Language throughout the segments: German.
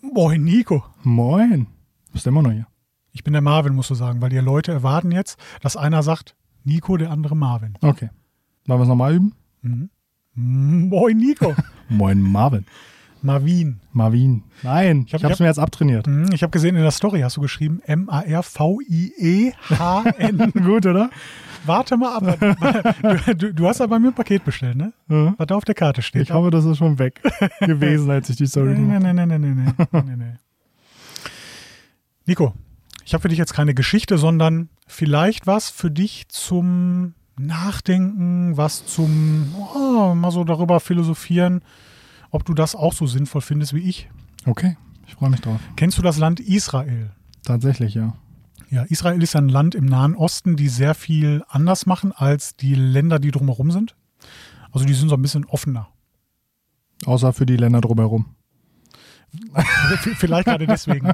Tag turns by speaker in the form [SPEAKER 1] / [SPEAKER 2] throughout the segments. [SPEAKER 1] Moin, Nico.
[SPEAKER 2] Moin. Bist immer noch hier.
[SPEAKER 1] Ich bin der Marvin, musst du sagen, weil die Leute erwarten jetzt, dass einer sagt Nico, der andere Marvin.
[SPEAKER 2] Okay. Wollen wir es nochmal üben?
[SPEAKER 1] Mhm. Moin, Nico.
[SPEAKER 2] Moin, Marvin.
[SPEAKER 1] Marvin.
[SPEAKER 2] Marvin. Nein, ich,
[SPEAKER 1] hab-
[SPEAKER 2] habe hab's
[SPEAKER 1] ich hab-
[SPEAKER 2] mir jetzt abtrainiert.
[SPEAKER 1] Mhm, Ich habe gesehen, in der Story hast du geschrieben M-A-R-V-I-E-H-N.
[SPEAKER 2] Gut, oder?
[SPEAKER 1] E Warte mal ab. Du, du, du hast ja bei mir ein Paket bestellt, ne?
[SPEAKER 2] Ja.
[SPEAKER 1] Was da auf der Karte steht.
[SPEAKER 2] Ich hoffe, das ist schon weg gewesen, als ich die Story gemacht
[SPEAKER 1] Nein,
[SPEAKER 2] habe.
[SPEAKER 1] nein, nein, nein, nein, nein, nein, nein. Nico, ich habe für dich jetzt keine Geschichte, sondern vielleicht was für dich zum Nachdenken, was zum oh, mal so darüber philosophieren, ob du das auch so sinnvoll findest wie ich.
[SPEAKER 2] Okay, ich freue mich drauf.
[SPEAKER 1] Kennst du das Land Israel?
[SPEAKER 2] Tatsächlich, ja.
[SPEAKER 1] Ja, Israel ist ja ein Land im Nahen Osten, die sehr viel anders machen als die Länder, die drumherum sind. Also die sind so ein bisschen offener.
[SPEAKER 2] Außer für die Länder drumherum.
[SPEAKER 1] Also V- Vielleicht gerade deswegen.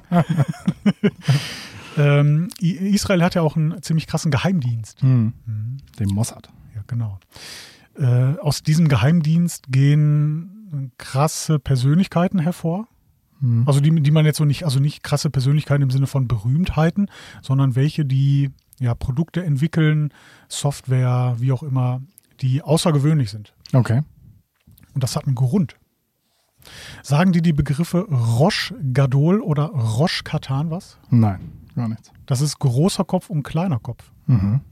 [SPEAKER 1] ähm, I- Israel hat ja auch einen ziemlich krassen Geheimdienst.
[SPEAKER 2] Hm.
[SPEAKER 1] Mhm,
[SPEAKER 2] Dem Mossad.
[SPEAKER 1] Ja, genau. Äh, aus diesem Geheimdienst gehen krasse Persönlichkeiten hervor.
[SPEAKER 2] Hm.
[SPEAKER 1] Also die, die man jetzt so nicht, also nicht krasse Persönlichkeiten im Sinne von Berühmtheiten, sondern welche, die ja Produkte entwickeln, Software, wie auch immer, die außergewöhnlich sind.
[SPEAKER 2] Okay.
[SPEAKER 1] Und das hat einen Grund. Sagen dir die Begriffe Roche Gadol oder Roche Katan was?
[SPEAKER 2] Nein, gar nichts.
[SPEAKER 1] Das ist großer Kopf und kleiner Kopf.
[SPEAKER 2] Mhm.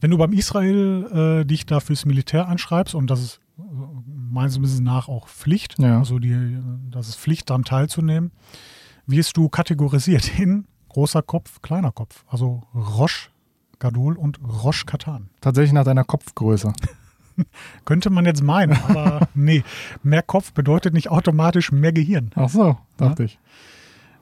[SPEAKER 1] Wenn du beim Israel äh, dich da fürs Militär einschreibst, und das ist äh, meines Wissens nach auch Pflicht,
[SPEAKER 2] Ja.
[SPEAKER 1] also die, äh, das ist Pflicht, daran teilzunehmen, wirst du kategorisiert in großer Kopf, kleiner Kopf. Also Rosh Gadol und Rosh Katan.
[SPEAKER 2] Tatsächlich nach deiner Kopfgröße.
[SPEAKER 1] Könnte man jetzt meinen, aber nee. Mehr Kopf bedeutet nicht automatisch mehr Gehirn.
[SPEAKER 2] Ach so, dachte ich.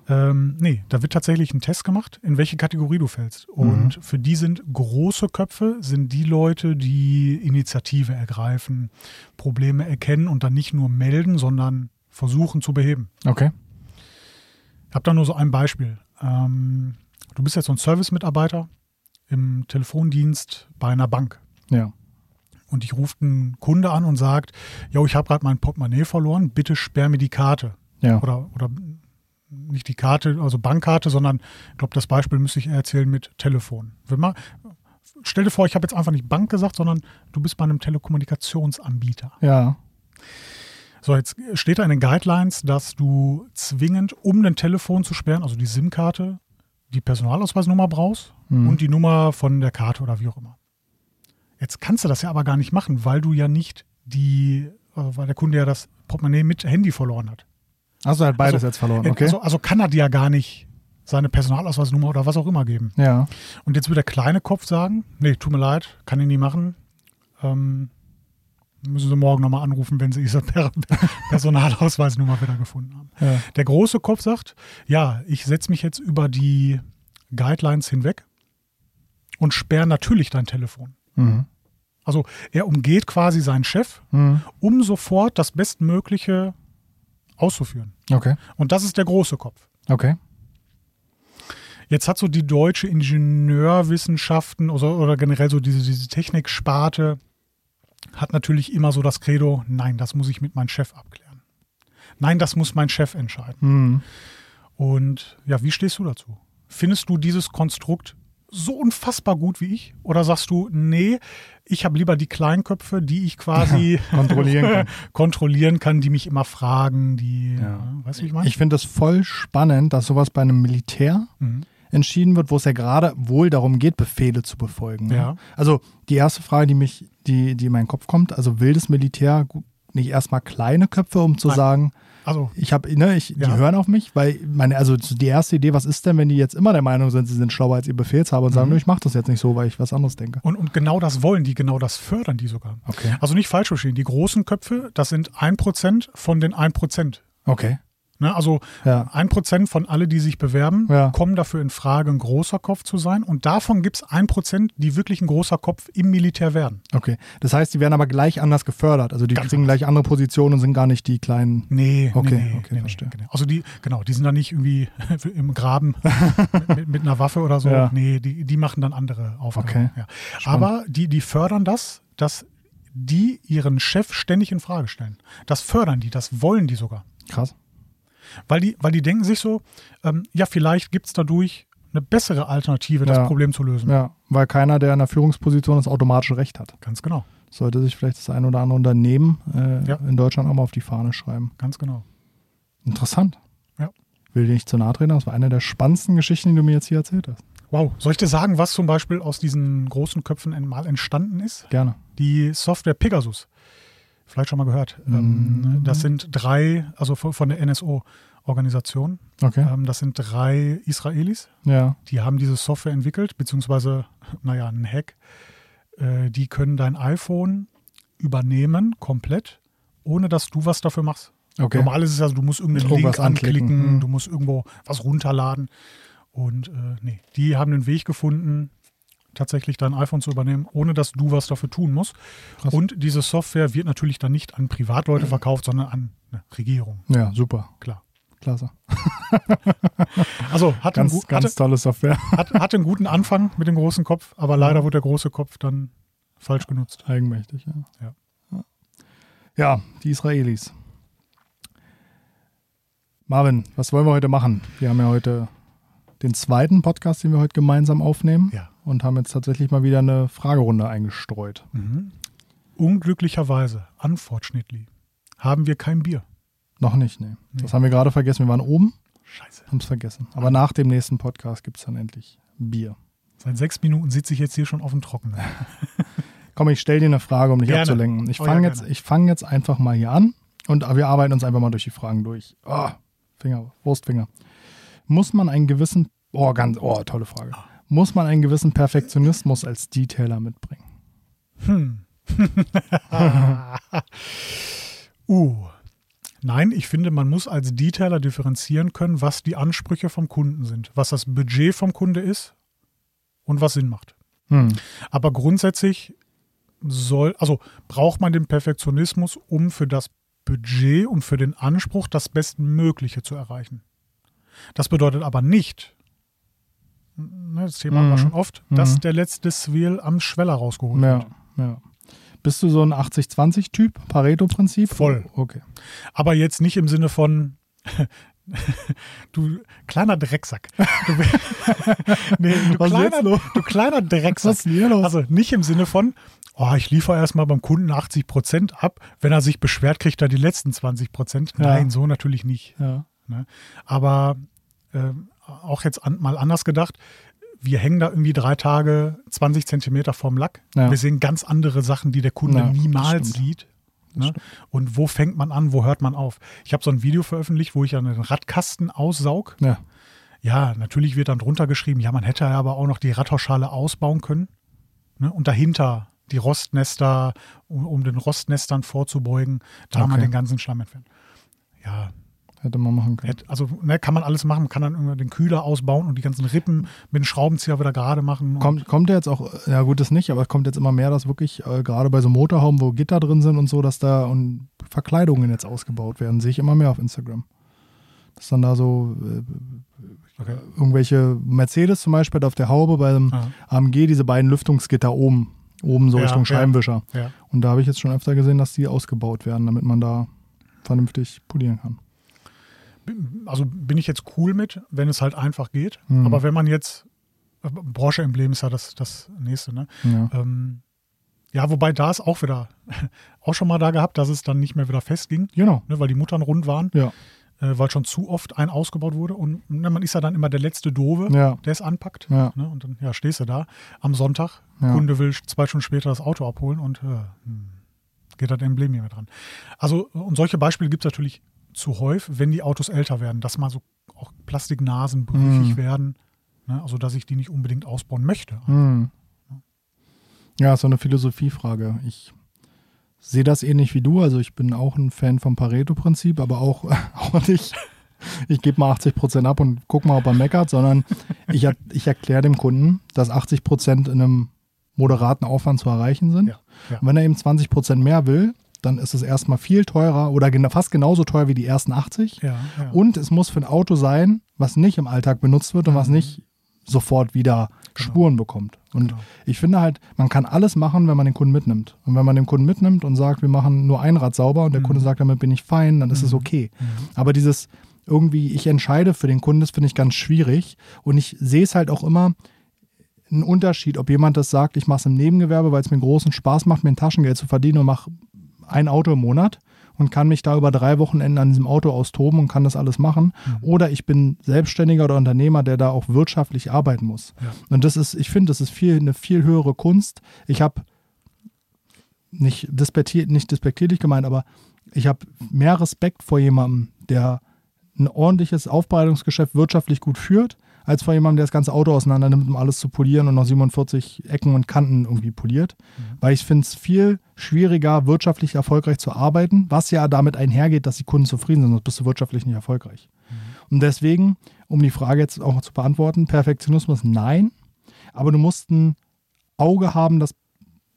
[SPEAKER 1] Ähm, nee, da wird tatsächlich ein Test gemacht, in welche Kategorie du fällst. Und für die sind große Köpfe, sind die Leute, die Initiative ergreifen, Probleme erkennen und dann nicht nur melden, sondern versuchen zu beheben.
[SPEAKER 2] Okay.
[SPEAKER 1] Ich habe da nur so ein Beispiel. Ähm, du bist jetzt so ein Service-Mitarbeiter im Telefondienst bei einer Bank.
[SPEAKER 2] Ja.
[SPEAKER 1] Und ich ruft ein Kunde an und sagt, jo, ich habe gerade mein Portemonnaie verloren, bitte sperr mir die Karte
[SPEAKER 2] Ja.
[SPEAKER 1] oder, oder nicht die Karte, also Bankkarte, sondern ich glaube, das Beispiel müsste ich erzählen mit Telefon. Wenn man, stell dir vor, ich habe jetzt einfach nicht Bank gesagt, sondern du bist bei einem Telekommunikationsanbieter.
[SPEAKER 2] Ja.
[SPEAKER 1] So, jetzt steht da in den Guidelines, dass du zwingend, um dein Telefon zu sperren, also die SIM-Karte, die Personalausweisnummer brauchst
[SPEAKER 2] Mhm.
[SPEAKER 1] und die Nummer von der Karte oder wie auch immer. Jetzt kannst du das ja aber gar nicht machen, weil du ja nicht die, äh, weil der Kunde ja das Portemonnaie mit Handy verloren hat.
[SPEAKER 2] Hast du halt beides
[SPEAKER 1] Also,
[SPEAKER 2] jetzt verloren, okay?
[SPEAKER 1] Also, also kann er dir ja gar nicht seine Personalausweisnummer oder was auch immer geben.
[SPEAKER 2] ja.
[SPEAKER 1] Und jetzt wird der kleine Kopf sagen, nee, tut mir leid, kann ich nie machen. Ähm, müssen Sie morgen nochmal anrufen, wenn Sie Ihre Per- Personalausweisnummer wieder gefunden haben.
[SPEAKER 2] ja.
[SPEAKER 1] Der große Kopf sagt, ja, ich setze mich jetzt über die Guidelines hinweg und sperre natürlich dein Telefon.
[SPEAKER 2] Mhm.
[SPEAKER 1] Also er umgeht quasi seinen Chef,
[SPEAKER 2] Mhm.
[SPEAKER 1] um sofort das Bestmögliche auszuführen.
[SPEAKER 2] Okay.
[SPEAKER 1] Und das ist der große Kopf.
[SPEAKER 2] Okay.
[SPEAKER 1] Jetzt hat so die deutsche Ingenieurwissenschaften oder, oder generell so diese, diese Techniksparte hat natürlich immer so das Credo, nein, das muss ich mit meinem Chef abklären. Nein, das muss mein Chef entscheiden.
[SPEAKER 2] Mhm.
[SPEAKER 1] Und ja, wie stehst du dazu? Findest du dieses Konstrukt so unfassbar gut wie ich? Oder sagst du, nee, ich habe lieber die Kleinköpfe, die ich quasi
[SPEAKER 2] Kontrollieren kann.
[SPEAKER 1] kontrollieren kann, die mich immer fragen, die,
[SPEAKER 2] Ja.
[SPEAKER 1] weißt du, wie ich meine?
[SPEAKER 2] Ich finde das voll spannend, dass sowas bei einem Militär
[SPEAKER 1] Mhm.
[SPEAKER 2] entschieden wird, wo es ja gerade wohl darum geht, Befehle zu befolgen. ne?
[SPEAKER 1] Ja.
[SPEAKER 2] Also die erste Frage, die mich, die, die in meinen Kopf kommt, also will das Militär gu- nicht erstmal kleine Köpfe, um zu
[SPEAKER 1] Nein.
[SPEAKER 2] sagen,
[SPEAKER 1] Also,
[SPEAKER 2] ich habe, ne, ich, die
[SPEAKER 1] Ja.
[SPEAKER 2] hören auf mich, weil meine, also die erste Idee, was ist denn, wenn die jetzt immer der Meinung sind, sie sind schlauer als ihr Befehlshaber und
[SPEAKER 1] Mhm.
[SPEAKER 2] sagen, nö, ich mache das jetzt nicht so, weil ich was anderes denke.
[SPEAKER 1] und, und genau das wollen die, genau das fördern die sogar.
[SPEAKER 2] Okay.
[SPEAKER 1] Also nicht falsch verstehen. Die großen Köpfe, das sind 1% von den 1%.
[SPEAKER 2] Okay.
[SPEAKER 1] Ne? Also
[SPEAKER 2] Ja.
[SPEAKER 1] 1% von alle, die sich bewerben,
[SPEAKER 2] Ja.
[SPEAKER 1] kommen dafür in Frage, ein großer Kopf zu sein. Und davon gibt es 1%, die wirklich ein großer Kopf im Militär werden.
[SPEAKER 2] Okay. Das heißt, die werden aber gleich anders gefördert. Also die
[SPEAKER 1] Ganz Mhm.
[SPEAKER 2] kriegen gleich andere Positionen und sind gar nicht die kleinen.
[SPEAKER 1] Nee,
[SPEAKER 2] Okay,
[SPEAKER 1] nee, nee,
[SPEAKER 2] okay,
[SPEAKER 1] nee,
[SPEAKER 2] verstehe.
[SPEAKER 1] Nee, genau. Also die, genau, die sind da nicht irgendwie im Graben mit, mit, mit einer Waffe oder so.
[SPEAKER 2] Ja.
[SPEAKER 1] Nee, die, die machen dann andere Aufgaben.
[SPEAKER 2] Okay.
[SPEAKER 1] Ja. Aber die, die fördern das, dass die ihren Chef ständig in Frage stellen. Das fördern die, das wollen die sogar.
[SPEAKER 2] Krass.
[SPEAKER 1] Weil die, weil die denken sich so, ähm, ja, vielleicht gibt es dadurch eine bessere Alternative, das
[SPEAKER 2] Ja.
[SPEAKER 1] Problem zu lösen.
[SPEAKER 2] Ja, weil keiner, der in der Führungsposition das automatische Recht hat.
[SPEAKER 1] Ganz genau,
[SPEAKER 2] Sollte sich vielleicht das ein oder andere Unternehmen äh,
[SPEAKER 1] Ja.
[SPEAKER 2] in Deutschland auch mal auf die Fahne schreiben.
[SPEAKER 1] ganz genau.
[SPEAKER 2] Interessant.
[SPEAKER 1] Ja.
[SPEAKER 2] Will dir nicht zu nahe treten, das war eine der spannendsten Geschichten, die du mir jetzt hier erzählt hast.
[SPEAKER 1] Wow, soll ich dir sagen, was zum Beispiel aus diesen großen Köpfen en- mal entstanden ist?
[SPEAKER 2] Gerne.
[SPEAKER 1] Die Software Pegasus. Vielleicht schon mal gehört. Ähm,
[SPEAKER 2] Mhm.
[SPEAKER 1] das sind drei, also von von der NSO-Organisation.
[SPEAKER 2] Okay.
[SPEAKER 1] Ähm, das sind drei Israelis,
[SPEAKER 2] Ja.
[SPEAKER 1] die haben diese Software entwickelt, beziehungsweise, naja, ein Hack. Äh, die können dein iPhone übernehmen, komplett, ohne dass du was dafür machst.
[SPEAKER 2] Okay.
[SPEAKER 1] Normal ist es ja, du musst irgendeinen
[SPEAKER 2] Irgendwas
[SPEAKER 1] Link anklicken,
[SPEAKER 2] anklicken, mhm.
[SPEAKER 1] du musst irgendwo was runterladen. Und äh, nee, die haben den Weg gefunden, tatsächlich dein iPhone zu übernehmen, ohne dass du was dafür tun musst.
[SPEAKER 2] Krass. Mhm.
[SPEAKER 1] Und diese Software wird natürlich dann nicht an Privatleute verkauft, sondern an eine Regierung,
[SPEAKER 2] Ja, super.
[SPEAKER 1] klar.
[SPEAKER 2] Klasse.
[SPEAKER 1] Also hat, einen,
[SPEAKER 2] Ganz,
[SPEAKER 1] gu- hatte,
[SPEAKER 2] ganz tolle Software.
[SPEAKER 1] hat, hatte einen guten Anfang mit dem großen Kopf, aber leider
[SPEAKER 2] Mhm.
[SPEAKER 1] wurde der große Kopf dann falsch genutzt.
[SPEAKER 2] Eigenmächtig, ja.
[SPEAKER 1] Ja.
[SPEAKER 2] Ja, die Israelis. Marvin, was wollen wir heute machen? Wir haben ja heute den zweiten Podcast, den wir heute gemeinsam aufnehmen
[SPEAKER 1] Ja.
[SPEAKER 2] und haben jetzt tatsächlich mal wieder eine Fragerunde eingestreut.
[SPEAKER 1] Mhm. Unglücklicherweise, unfortunately, haben wir kein Bier.
[SPEAKER 2] Noch nicht, nee. Das haben wir gerade vergessen. Wir waren oben,
[SPEAKER 1] Scheiße.
[SPEAKER 2] haben es vergessen. Aber
[SPEAKER 1] Mhm.
[SPEAKER 2] nach dem nächsten Podcast gibt es dann endlich Bier.
[SPEAKER 1] Seit sechs Minuten sitze ich jetzt hier schon auf dem Trockenen.
[SPEAKER 2] Komm, ich stelle dir eine Frage, um dich
[SPEAKER 1] Gerne.
[SPEAKER 2] abzulenken. Ich
[SPEAKER 1] Oh
[SPEAKER 2] fange
[SPEAKER 1] ja,
[SPEAKER 2] jetzt,
[SPEAKER 1] gerne.
[SPEAKER 2] ich fang jetzt einfach mal hier an und wir arbeiten uns einfach mal durch die Fragen durch. Oh, Finger, Wurstfinger. Muss man einen gewissen, oh, ganz, oh, tolle Frage. Muss man einen gewissen Perfektionismus als Detailer mitbringen?
[SPEAKER 1] Hm. uh. Nein, ich finde, man muss als Detailer differenzieren können, was die Ansprüche vom Kunden sind, was das Budget vom Kunde ist und was Sinn macht.
[SPEAKER 2] Hm.
[SPEAKER 1] Aber grundsätzlich soll, also braucht man den Perfektionismus, um für das Budget und für den Anspruch das Bestmögliche zu erreichen. Das bedeutet aber nicht, ne, das Thema haben wir
[SPEAKER 2] Mhm.
[SPEAKER 1] schon oft, dass
[SPEAKER 2] Mhm.
[SPEAKER 1] der letzte Swil am Schweller rausgeholt
[SPEAKER 2] Ja,
[SPEAKER 1] wird.
[SPEAKER 2] ja. Bist du so ein 80-20-Typ, Pareto-Prinzip?
[SPEAKER 1] Voll.
[SPEAKER 2] Okay.
[SPEAKER 1] Aber jetzt nicht im Sinne von, du kleiner Drecksack. Du, nee, du,
[SPEAKER 2] Was ist jetzt
[SPEAKER 1] kleiner, du kleiner Drecksack.
[SPEAKER 2] denn hier los?
[SPEAKER 1] Also nicht im Sinne von, oh, ich liefere erstmal beim Kunden 80 Prozent ab, wenn er sich beschwert, kriegt er die letzten 20 Prozent.
[SPEAKER 2] Ja.
[SPEAKER 1] Nein, so natürlich nicht.
[SPEAKER 2] Ja.
[SPEAKER 1] Ne? Aber ähm, auch jetzt an, mal anders gedacht, wir hängen da irgendwie drei Tage 20 Zentimeter vorm Lack.
[SPEAKER 2] Ja.
[SPEAKER 1] Wir sehen ganz andere Sachen, die der Kunde
[SPEAKER 2] Ja, das
[SPEAKER 1] niemals
[SPEAKER 2] stimmt.
[SPEAKER 1] sieht. Ne? Und wo fängt man an, wo hört man auf? Ich habe so ein Video veröffentlicht, wo ich einen Radkasten aussaug.
[SPEAKER 2] ja.
[SPEAKER 1] Ja, natürlich wird dann drunter geschrieben, ja, man hätte ja aber auch noch die Radhausschale ausbauen können. Ne? Und dahinter die Rostnester, um, um den Rostnestern vorzubeugen, da haben wir
[SPEAKER 2] Okay.
[SPEAKER 1] den ganzen Schlamm entfernt. Ja,
[SPEAKER 2] Hätte man machen können.
[SPEAKER 1] hätt- also ne, kann man alles machen, Man kann dann irgendwann den Kühler ausbauen und die ganzen Rippen mit dem Schraubenzieher wieder gerade machen. Und
[SPEAKER 2] Kommt, kommt ja jetzt auch, äh, ja gut, das nicht, aber kommt jetzt immer mehr, dass wirklich äh, gerade bei so Motorhauben, wo Gitter drin sind und so, dass da und Verkleidungen jetzt ausgebaut werden, sehe ich immer mehr auf Instagram. Dass dann da so äh,
[SPEAKER 1] Okay.
[SPEAKER 2] irgendwelche Mercedes zum Beispiel hat auf der Haube bei dem
[SPEAKER 1] Aha.
[SPEAKER 2] AMG diese beiden Lüftungsgitter oben, oben so
[SPEAKER 1] Ah. Ja,
[SPEAKER 2] Richtung
[SPEAKER 1] ja.
[SPEAKER 2] Scheibenwischer.
[SPEAKER 1] Ja.
[SPEAKER 2] Und da habe ich jetzt schon öfter gesehen, dass die ausgebaut werden, damit man da vernünftig polieren kann.
[SPEAKER 1] Also bin ich jetzt cool mit, wenn es halt einfach geht.
[SPEAKER 2] Mhm.
[SPEAKER 1] Aber wenn man jetzt, äh, Branche-Emblem ist ja das, das nächste, ne?
[SPEAKER 2] Ja.
[SPEAKER 1] Ähm, ja, wobei da ist auch wieder, auch schon mal da gehabt, dass es dann nicht mehr wieder festging,
[SPEAKER 2] Genau.
[SPEAKER 1] ne, weil die Muttern rund waren,
[SPEAKER 2] Ja.
[SPEAKER 1] äh, weil schon zu oft ein ausgebaut wurde. Und ne, man ist ja dann immer der letzte Dove,
[SPEAKER 2] Ja.
[SPEAKER 1] der es anpackt.
[SPEAKER 2] Ja.
[SPEAKER 1] Ne, und dann ja, stehst du da am Sonntag,
[SPEAKER 2] Ja.
[SPEAKER 1] Kunde will zwei Stunden später das Auto abholen und äh, hm, geht das Emblem nicht mehr dran. Also, und solche Beispiele gibt es natürlich zu häufig, wenn die Autos älter werden, dass mal so auch Plastiknasen brüchig
[SPEAKER 2] Mhm.
[SPEAKER 1] werden. Ne, also, dass ich die nicht unbedingt ausbauen möchte.
[SPEAKER 2] Hm. Ja, ist so eine Philosophiefrage. Ich sehe das ähnlich wie du. Also ich bin auch ein Fan vom Pareto-Prinzip, aber auch, auch nicht. Ich gebe mal 80% ab und guck mal, ob er meckert, sondern ich, er- ich erkläre dem Kunden, dass 80% in einem moderaten Aufwand zu erreichen sind.
[SPEAKER 1] Ja, ja.
[SPEAKER 2] Und wenn er eben 20% mehr will, dann ist es erstmal viel teurer oder gena- fast genauso teuer wie die ersten 80.
[SPEAKER 1] Ja, ja.
[SPEAKER 2] Und es muss für ein Auto sein, was nicht im Alltag benutzt wird und
[SPEAKER 1] Mhm.
[SPEAKER 2] was nicht sofort wieder Spuren bekommt. Und
[SPEAKER 1] Genau.
[SPEAKER 2] ich finde halt, man kann alles machen, wenn man den Kunden mitnimmt. Und wenn man den Kunden
[SPEAKER 1] Mhm.
[SPEAKER 2] mitnimmt und sagt, wir machen nur ein Rad sauber und der Kunde sagt, damit bin ich fein, dann ist es okay. Aber dieses, irgendwie ich entscheide für den Kunden, das finde ich ganz schwierig. Und ich sehe es halt auch immer einen Unterschied, ob jemand das sagt, ich mache es im Nebengewerbe, weil es mir großen Spaß macht, mir ein Taschengeld zu verdienen und mache ein Auto im Monat und kann mich da über drei Wochenenden an diesem Auto austoben und kann das alles machen. Mhm. Oder ich bin Selbstständiger oder Unternehmer, der da auch wirtschaftlich arbeiten muss. Ja. Und das ist, ich finde, das ist viel, eine viel höhere Kunst. Ich habe nicht, despektier, nicht despektierlich gemeint, aber ich habe mehr Respekt vor jemandem, der ein ordentliches Aufbereitungsgeschäft wirtschaftlich gut führt, als vor jemandem, der das ganze Auto auseinander nimmt, um alles zu polieren und noch 47 Ecken und Kanten irgendwie poliert. Mhm. Weil ich finde es viel schwieriger, wirtschaftlich erfolgreich zu arbeiten, was ja damit einhergeht, dass die Kunden zufrieden sind, sonst bist du wirtschaftlich nicht erfolgreich. Mhm. Und deswegen, um die Frage jetzt auch zu beantworten, Perfektionismus nein, aber du musst ein Auge haben, dass,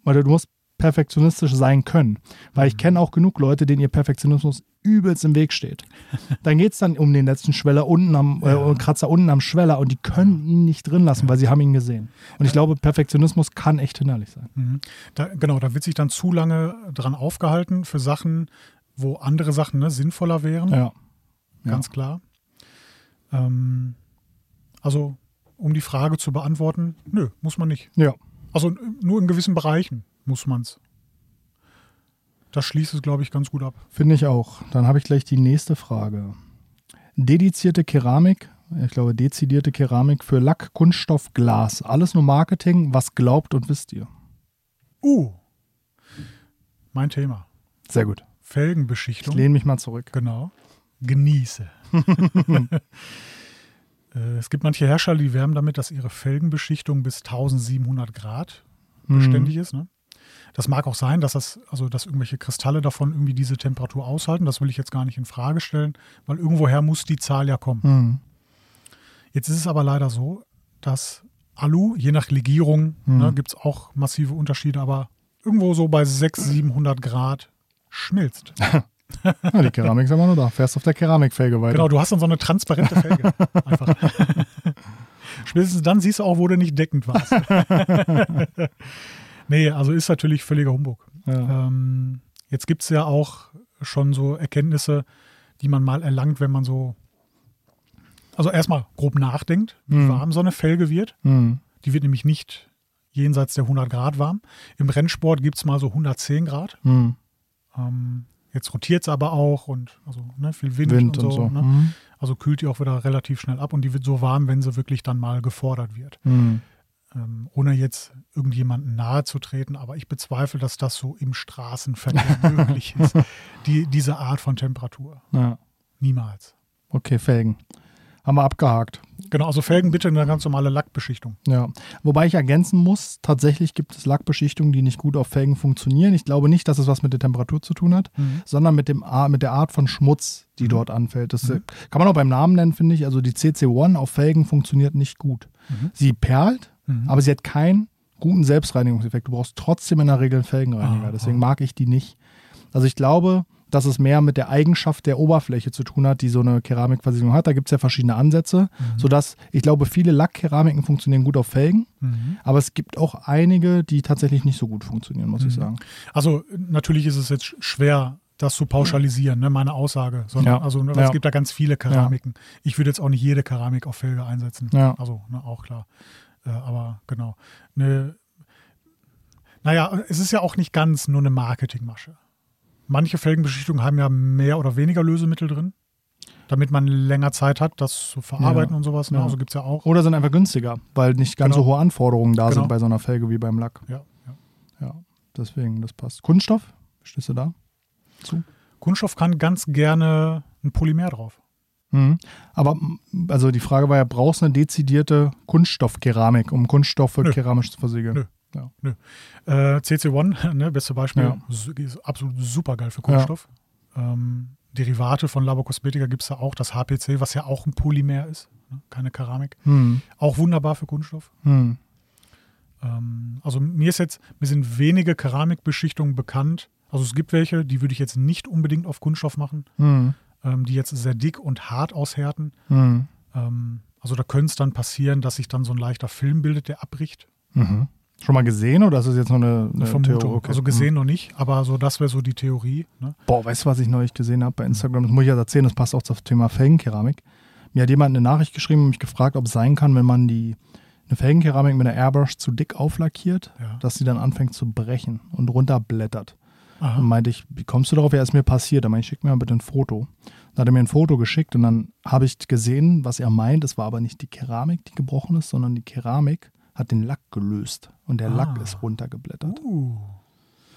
[SPEAKER 2] oder du musst perfektionistisch sein können. Weil ich kenne auch genug Leute, denen ihr Perfektionismus übelst im Weg steht. Dann geht es dann um den letzten Schweller unten am äh, ja. Kratzer unten am Schweller und die können ihn nicht drin lassen, ja. weil sie haben ihn gesehen. Und ich glaube, Perfektionismus kann echt hinderlich sein.
[SPEAKER 1] Mhm. Da, genau, da wird sich dann zu lange dran aufgehalten für Sachen, wo andere Sachen ne, sinnvoller wären.
[SPEAKER 2] Ja.
[SPEAKER 1] Ganz
[SPEAKER 2] ja.
[SPEAKER 1] klar. Ähm, also, um die Frage zu beantworten, nö, muss man nicht.
[SPEAKER 2] Ja.
[SPEAKER 1] Also nur in gewissen Bereichen muss man's. Das schließt es, glaube ich, ganz gut ab.
[SPEAKER 2] Finde ich auch. Dann habe ich gleich die nächste Frage. Dedizierte Keramik, ich glaube dezidierte Keramik für Lack, Kunststoff, Glas. Alles nur Marketing. Was glaubt und wisst ihr?
[SPEAKER 1] Uh, mein Thema.
[SPEAKER 2] Sehr gut.
[SPEAKER 1] Felgenbeschichtung.
[SPEAKER 2] Ich lehne mich mal zurück.
[SPEAKER 1] Genau. Genieße. Äh, es gibt manche Hersteller, die werben damit, dass ihre Felgenbeschichtung bis 1700 Grad beständig mhm. ist. Ne? Das mag auch sein, dass das, also dass irgendwelche Kristalle davon irgendwie diese Temperatur aushalten. Das will ich jetzt gar nicht in Frage stellen, weil irgendwoher muss die Zahl ja kommen.
[SPEAKER 2] Mhm.
[SPEAKER 1] Jetzt ist es aber leider so, dass Alu, je nach Legierung, mhm. ne, gibt es auch massive Unterschiede, aber irgendwo so bei 600, 700 Grad schmilzt.
[SPEAKER 2] ja, die Keramik ist immer nur da. Fährst auf der Keramikfelge weiter.
[SPEAKER 1] Genau, du hast dann so eine transparente Felge. Einfach. Spätestens dann siehst du auch, wo du nicht deckend warst. Nee, also ist natürlich völliger Humbug. Genau. Ja. Ähm, jetzt gibt es ja auch schon so Erkenntnisse, die man mal erlangt, wenn man so, also erstmal grob nachdenkt, wie
[SPEAKER 2] Mhm.
[SPEAKER 1] warm so eine Felge wird.
[SPEAKER 2] Mhm.
[SPEAKER 1] Die wird nämlich nicht jenseits der 100 Grad warm. Im Rennsport gibt es mal so 110 Grad.
[SPEAKER 2] Mhm.
[SPEAKER 1] Ähm, jetzt rotiert es aber auch und also ne, viel Wind,
[SPEAKER 2] Wind
[SPEAKER 1] und so. Ne?
[SPEAKER 2] Mhm.
[SPEAKER 1] Also kühlt die auch wieder relativ schnell ab und die wird so warm, wenn sie wirklich dann mal gefordert wird
[SPEAKER 2] Mhm.
[SPEAKER 1] ähm, ohne jetzt irgendjemanden nahe zu treten, aber ich bezweifle, dass das so im Straßenverkehr möglich ist. Die, diese Art von Temperatur.
[SPEAKER 2] Ja.
[SPEAKER 1] Niemals.
[SPEAKER 2] Okay, Felgen. Haben wir abgehakt.
[SPEAKER 1] Genau, also Felgen bitte eine ganz normale Lackbeschichtung.
[SPEAKER 2] Ja, wobei ich ergänzen muss, tatsächlich gibt es Lackbeschichtungen, die nicht gut auf Felgen funktionieren. Ich glaube nicht, dass es was mit der Temperatur zu tun hat,
[SPEAKER 1] Mhm.
[SPEAKER 2] sondern mit, dem, Ar- mit der Art von Schmutz, die dort anfällt. Das
[SPEAKER 1] Mhm.
[SPEAKER 2] äh, kann man auch beim Namen nennen, finde ich. Also die CC1 auf Felgen funktioniert nicht gut.
[SPEAKER 1] Mhm.
[SPEAKER 2] Sie perlt,
[SPEAKER 1] Mhm.
[SPEAKER 2] aber sie hat keinen guten Selbstreinigungseffekt. Du brauchst trotzdem in der Regel einen Felgenreiniger.
[SPEAKER 1] Aha.
[SPEAKER 2] Deswegen mag ich die nicht. Also ich glaube, dass es mehr mit der Eigenschaft der Oberfläche zu tun hat, die so eine Keramikversiegelung hat. Da gibt es ja verschiedene Ansätze, sodass ich glaube, viele Lackkeramiken funktionieren gut auf Felgen.
[SPEAKER 1] Mhm.
[SPEAKER 2] Aber es gibt auch einige, die tatsächlich nicht so gut funktionieren, muss ich sagen.
[SPEAKER 1] Also natürlich ist es jetzt sch- schwer, das zu pauschalisieren, ne, meine Aussage. Sondern,
[SPEAKER 2] Ja.
[SPEAKER 1] Also ne,
[SPEAKER 2] Ja.
[SPEAKER 1] es gibt da ganz viele Keramiken. Ich würde jetzt auch nicht jede Keramik auf Felge einsetzen.
[SPEAKER 2] Ja.
[SPEAKER 1] Also ne, auch klar. Äh, aber genau. Ne, naja, es ist ja auch nicht ganz nur eine Marketingmasche. Manche Felgenbeschichtungen haben ja mehr oder weniger Lösemittel drin, damit man länger Zeit hat, das zu verarbeiten
[SPEAKER 2] Ja.
[SPEAKER 1] und sowas. Ne?
[SPEAKER 2] Ja.
[SPEAKER 1] Also gibt es ja auch.
[SPEAKER 2] Oder sind einfach günstiger, weil nicht ganz so
[SPEAKER 1] Genau.
[SPEAKER 2] hohe Anforderungen da
[SPEAKER 1] Genau.
[SPEAKER 2] sind bei so einer Felge wie beim Lack.
[SPEAKER 1] Ja, ja.
[SPEAKER 2] Ja, deswegen, das passt. Kunststoff, stehst du da?
[SPEAKER 1] Kunststoff kann ganz gerne ein Polymer drauf.
[SPEAKER 2] Mhm. Aber m, also die Frage war ja, brauchst du eine dezidierte Kunststoffkeramik, um Kunststoffe
[SPEAKER 1] Nö.
[SPEAKER 2] keramisch zu versiegeln?
[SPEAKER 1] Nö. Äh, CC1, ne, beste Beispiel,
[SPEAKER 2] Ja.
[SPEAKER 1] su- ist absolut super geil für Kunststoff. Ähm, Derivate von Labokosmetika gibt es da auch, das HPC, was ja auch ein Polymer ist, ne, keine Keramik.
[SPEAKER 2] Hm.
[SPEAKER 1] Auch wunderbar für Kunststoff.
[SPEAKER 2] Hm.
[SPEAKER 1] Ähm, also mir ist jetzt, mir sind wenige Keramikbeschichtungen bekannt. Also es gibt welche, die würde ich jetzt nicht unbedingt auf Kunststoff machen,
[SPEAKER 2] Hm.
[SPEAKER 1] ähm, die jetzt sehr dick und hart aushärten.
[SPEAKER 2] Hm.
[SPEAKER 1] Ähm, also da könnte es dann passieren, dass sich dann so ein leichter Film bildet, der abbricht.
[SPEAKER 2] Mhm. Schon mal gesehen oder ist es jetzt noch eine, eine
[SPEAKER 1] Vermutung.
[SPEAKER 2] Theorie? Okay. Hm. Mhm.
[SPEAKER 1] Also gesehen noch nicht, aber so das wäre so die Theorie. Ne?
[SPEAKER 2] Boah, weißt du, was ich neulich gesehen habe bei Instagram? Das muss ich ja erzählen, das passt auch zum Thema Felgenkeramik. Mir hat jemand eine Nachricht geschrieben und mich gefragt, ob es sein kann, wenn man die eine Felgenkeramik mit einer Airbrush zu dick auflackiert,
[SPEAKER 1] Ja.
[SPEAKER 2] dass sie dann anfängt zu brechen und runterblättert.
[SPEAKER 1] Aha.
[SPEAKER 2] Dann meinte ich, wie kommst du darauf? Ja, ist mir passiert. Dann meinte ich, schick mir mal bitte ein Foto. Dann hat er mir ein Foto geschickt und dann habe ich gesehen, was er meint. Es war aber nicht die Keramik, die gebrochen ist, sondern die Keramik hat den Lack gelöst und der Lack
[SPEAKER 1] Ah.
[SPEAKER 2] ist runtergeblättert.
[SPEAKER 1] Uh.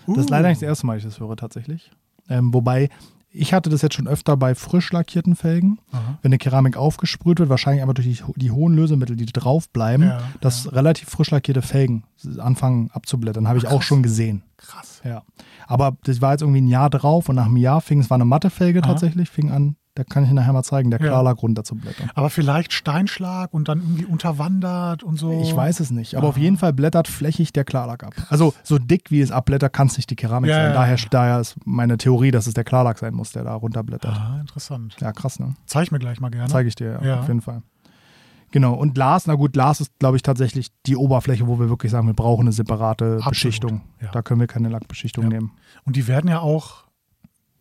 [SPEAKER 2] Das ist
[SPEAKER 1] Uh.
[SPEAKER 2] leider nicht das erste Mal, ich das höre tatsächlich. Ähm, wobei, ich hatte das jetzt schon öfter bei frisch lackierten Felgen,
[SPEAKER 1] Aha.
[SPEAKER 2] wenn eine Keramik aufgesprüht wird, wahrscheinlich einfach durch die, ho- die hohen Lösemittel, die drauf bleiben,
[SPEAKER 1] Ja,
[SPEAKER 2] dass relativ frisch lackierte Felgen anfangen abzublättern. Habe ich auch schon gesehen.
[SPEAKER 1] Krass.
[SPEAKER 2] Ja. Aber das war jetzt irgendwie ein Jahr drauf und nach einem Jahr fing es, war eine matte Felge
[SPEAKER 1] Aha.
[SPEAKER 2] tatsächlich, fing an, da kann ich Ihnen nachher mal zeigen, der
[SPEAKER 1] Ja.
[SPEAKER 2] Klarlack runterzublättern.
[SPEAKER 1] Aber vielleicht Steinschlag und dann irgendwie unterwandert und so.
[SPEAKER 2] Ich weiß es nicht, aber auf
[SPEAKER 1] Aha.
[SPEAKER 2] jeden Fall blättert flächig der Klarlack ab. Also so dick wie es abblättert, kann es nicht die Keramik
[SPEAKER 1] Ja,
[SPEAKER 2] sein.
[SPEAKER 1] ja,
[SPEAKER 2] Daher,
[SPEAKER 1] ja.
[SPEAKER 2] daher ist meine Theorie, dass es der Klarlack sein muss, der da runterblättert.
[SPEAKER 1] Ah, interessant.
[SPEAKER 2] Ja, krass, ne?
[SPEAKER 1] Zeig mir gleich mal gerne.
[SPEAKER 2] Zeige ich dir, ja,
[SPEAKER 1] Ja.
[SPEAKER 2] auf jeden Fall. Genau, und Lars, na gut, Lars ist, glaube ich, tatsächlich die Oberfläche, wo wir wirklich sagen, wir brauchen eine separate
[SPEAKER 1] Absolut,
[SPEAKER 2] Beschichtung.
[SPEAKER 1] ja.
[SPEAKER 2] Da können wir keine Lackbeschichtung
[SPEAKER 1] Ja.
[SPEAKER 2] nehmen.
[SPEAKER 1] Und die werden ja auch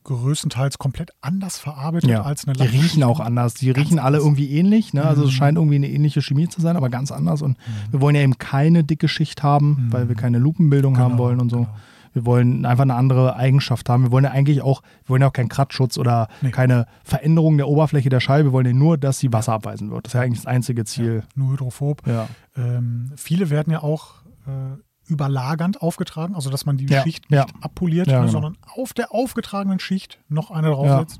[SPEAKER 1] größtenteils komplett anders verarbeitet
[SPEAKER 2] Ja.
[SPEAKER 1] als eine
[SPEAKER 2] Die riechen auch anders. Die riechen alle
[SPEAKER 1] anders.
[SPEAKER 2] irgendwie ähnlich. Ne? Also es
[SPEAKER 1] Mhm.
[SPEAKER 2] scheint irgendwie eine ähnliche Chemie zu sein, aber ganz anders. Und wir wollen ja eben keine dicke Schicht haben,
[SPEAKER 1] Mhm.
[SPEAKER 2] weil wir keine Lupenbildung haben
[SPEAKER 1] Genau,
[SPEAKER 2] wollen und so.
[SPEAKER 1] genau.
[SPEAKER 2] Wir wollen einfach eine andere Eigenschaft haben. Wir wollen ja eigentlich auch, wir wollen ja auch keinen Kratzschutz oder
[SPEAKER 1] Nee.
[SPEAKER 2] keine Veränderung der Oberfläche der Scheibe. Wir wollen ja nur, dass sie wasserabweisen wird. Das ist ja eigentlich das einzige Ziel.
[SPEAKER 1] Nur hydrophob.
[SPEAKER 2] Ja.
[SPEAKER 1] Ähm, viele werden ja auch äh, überlagernd aufgetragen, also dass man die
[SPEAKER 2] Ja,
[SPEAKER 1] Schicht
[SPEAKER 2] ja.
[SPEAKER 1] nicht abpoliert,
[SPEAKER 2] Ja,
[SPEAKER 1] ne,
[SPEAKER 2] genau.
[SPEAKER 1] sondern auf der aufgetragenen Schicht noch eine
[SPEAKER 2] Ja.
[SPEAKER 1] draufsetzt.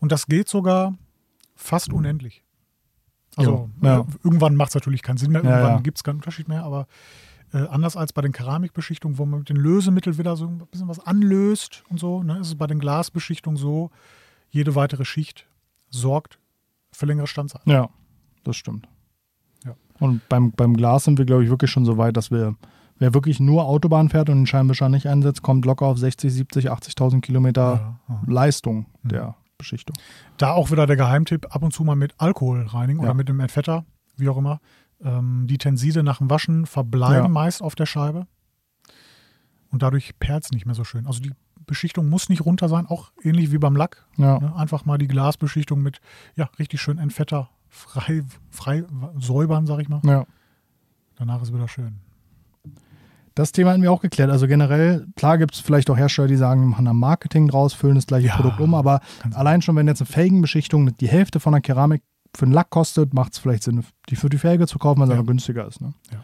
[SPEAKER 1] Und das geht sogar fast unendlich. Also
[SPEAKER 2] Jo, ja.
[SPEAKER 1] äh, irgendwann macht es natürlich keinen Sinn mehr,
[SPEAKER 2] Ja,
[SPEAKER 1] irgendwann
[SPEAKER 2] ja.
[SPEAKER 1] gibt es keinen Unterschied mehr, aber äh, anders als bei den Keramikbeschichtungen, wo man mit den Lösemitteln wieder so ein bisschen was anlöst und so, ne, ist es bei den Glasbeschichtungen so, jede weitere Schicht sorgt für längere Standzeit.
[SPEAKER 2] Ja, das stimmt.
[SPEAKER 1] Ja.
[SPEAKER 2] Und beim, beim Glas sind wir, glaube ich, wirklich schon so weit, dass wir, wer wirklich nur Autobahn fährt und den Scheinwischer nicht einsetzt, kommt locker auf 60, 70, 80.000 Kilometer
[SPEAKER 1] Ja, ja.
[SPEAKER 2] Leistung der Beschichtung.
[SPEAKER 1] Da auch wieder der Geheimtipp, ab und zu mal mit Alkohol reinigen
[SPEAKER 2] Ja.
[SPEAKER 1] oder mit einem Entfetter, wie auch immer. Ähm, die Tenside nach dem Waschen verbleiben
[SPEAKER 2] Ja.
[SPEAKER 1] meist auf der Scheibe und dadurch perlt es nicht mehr so schön. Also die Beschichtung muss nicht runter sein, auch ähnlich wie beim Lack.
[SPEAKER 2] Ja.
[SPEAKER 1] Ne? Einfach mal die Glasbeschichtung mit, ja, richtig schön Entfetter frei, frei w- säubern, sag ich mal.
[SPEAKER 2] ja.
[SPEAKER 1] Danach ist wieder schön.
[SPEAKER 2] Das Thema hatten wir auch geklärt. Also generell, klar gibt es vielleicht auch Hersteller, die sagen, wir machen da Marketing draus, füllen das gleiche
[SPEAKER 1] Ja,
[SPEAKER 2] Produkt um, aber
[SPEAKER 1] ganz- genau.
[SPEAKER 2] allein schon, wenn jetzt eine Felgenbeschichtung die Hälfte von der Keramik für den Lack kostet, macht es vielleicht Sinn, die für die Felge zu kaufen, weil es
[SPEAKER 1] Ja.
[SPEAKER 2] einfach günstiger ist. Ne?
[SPEAKER 1] Ja.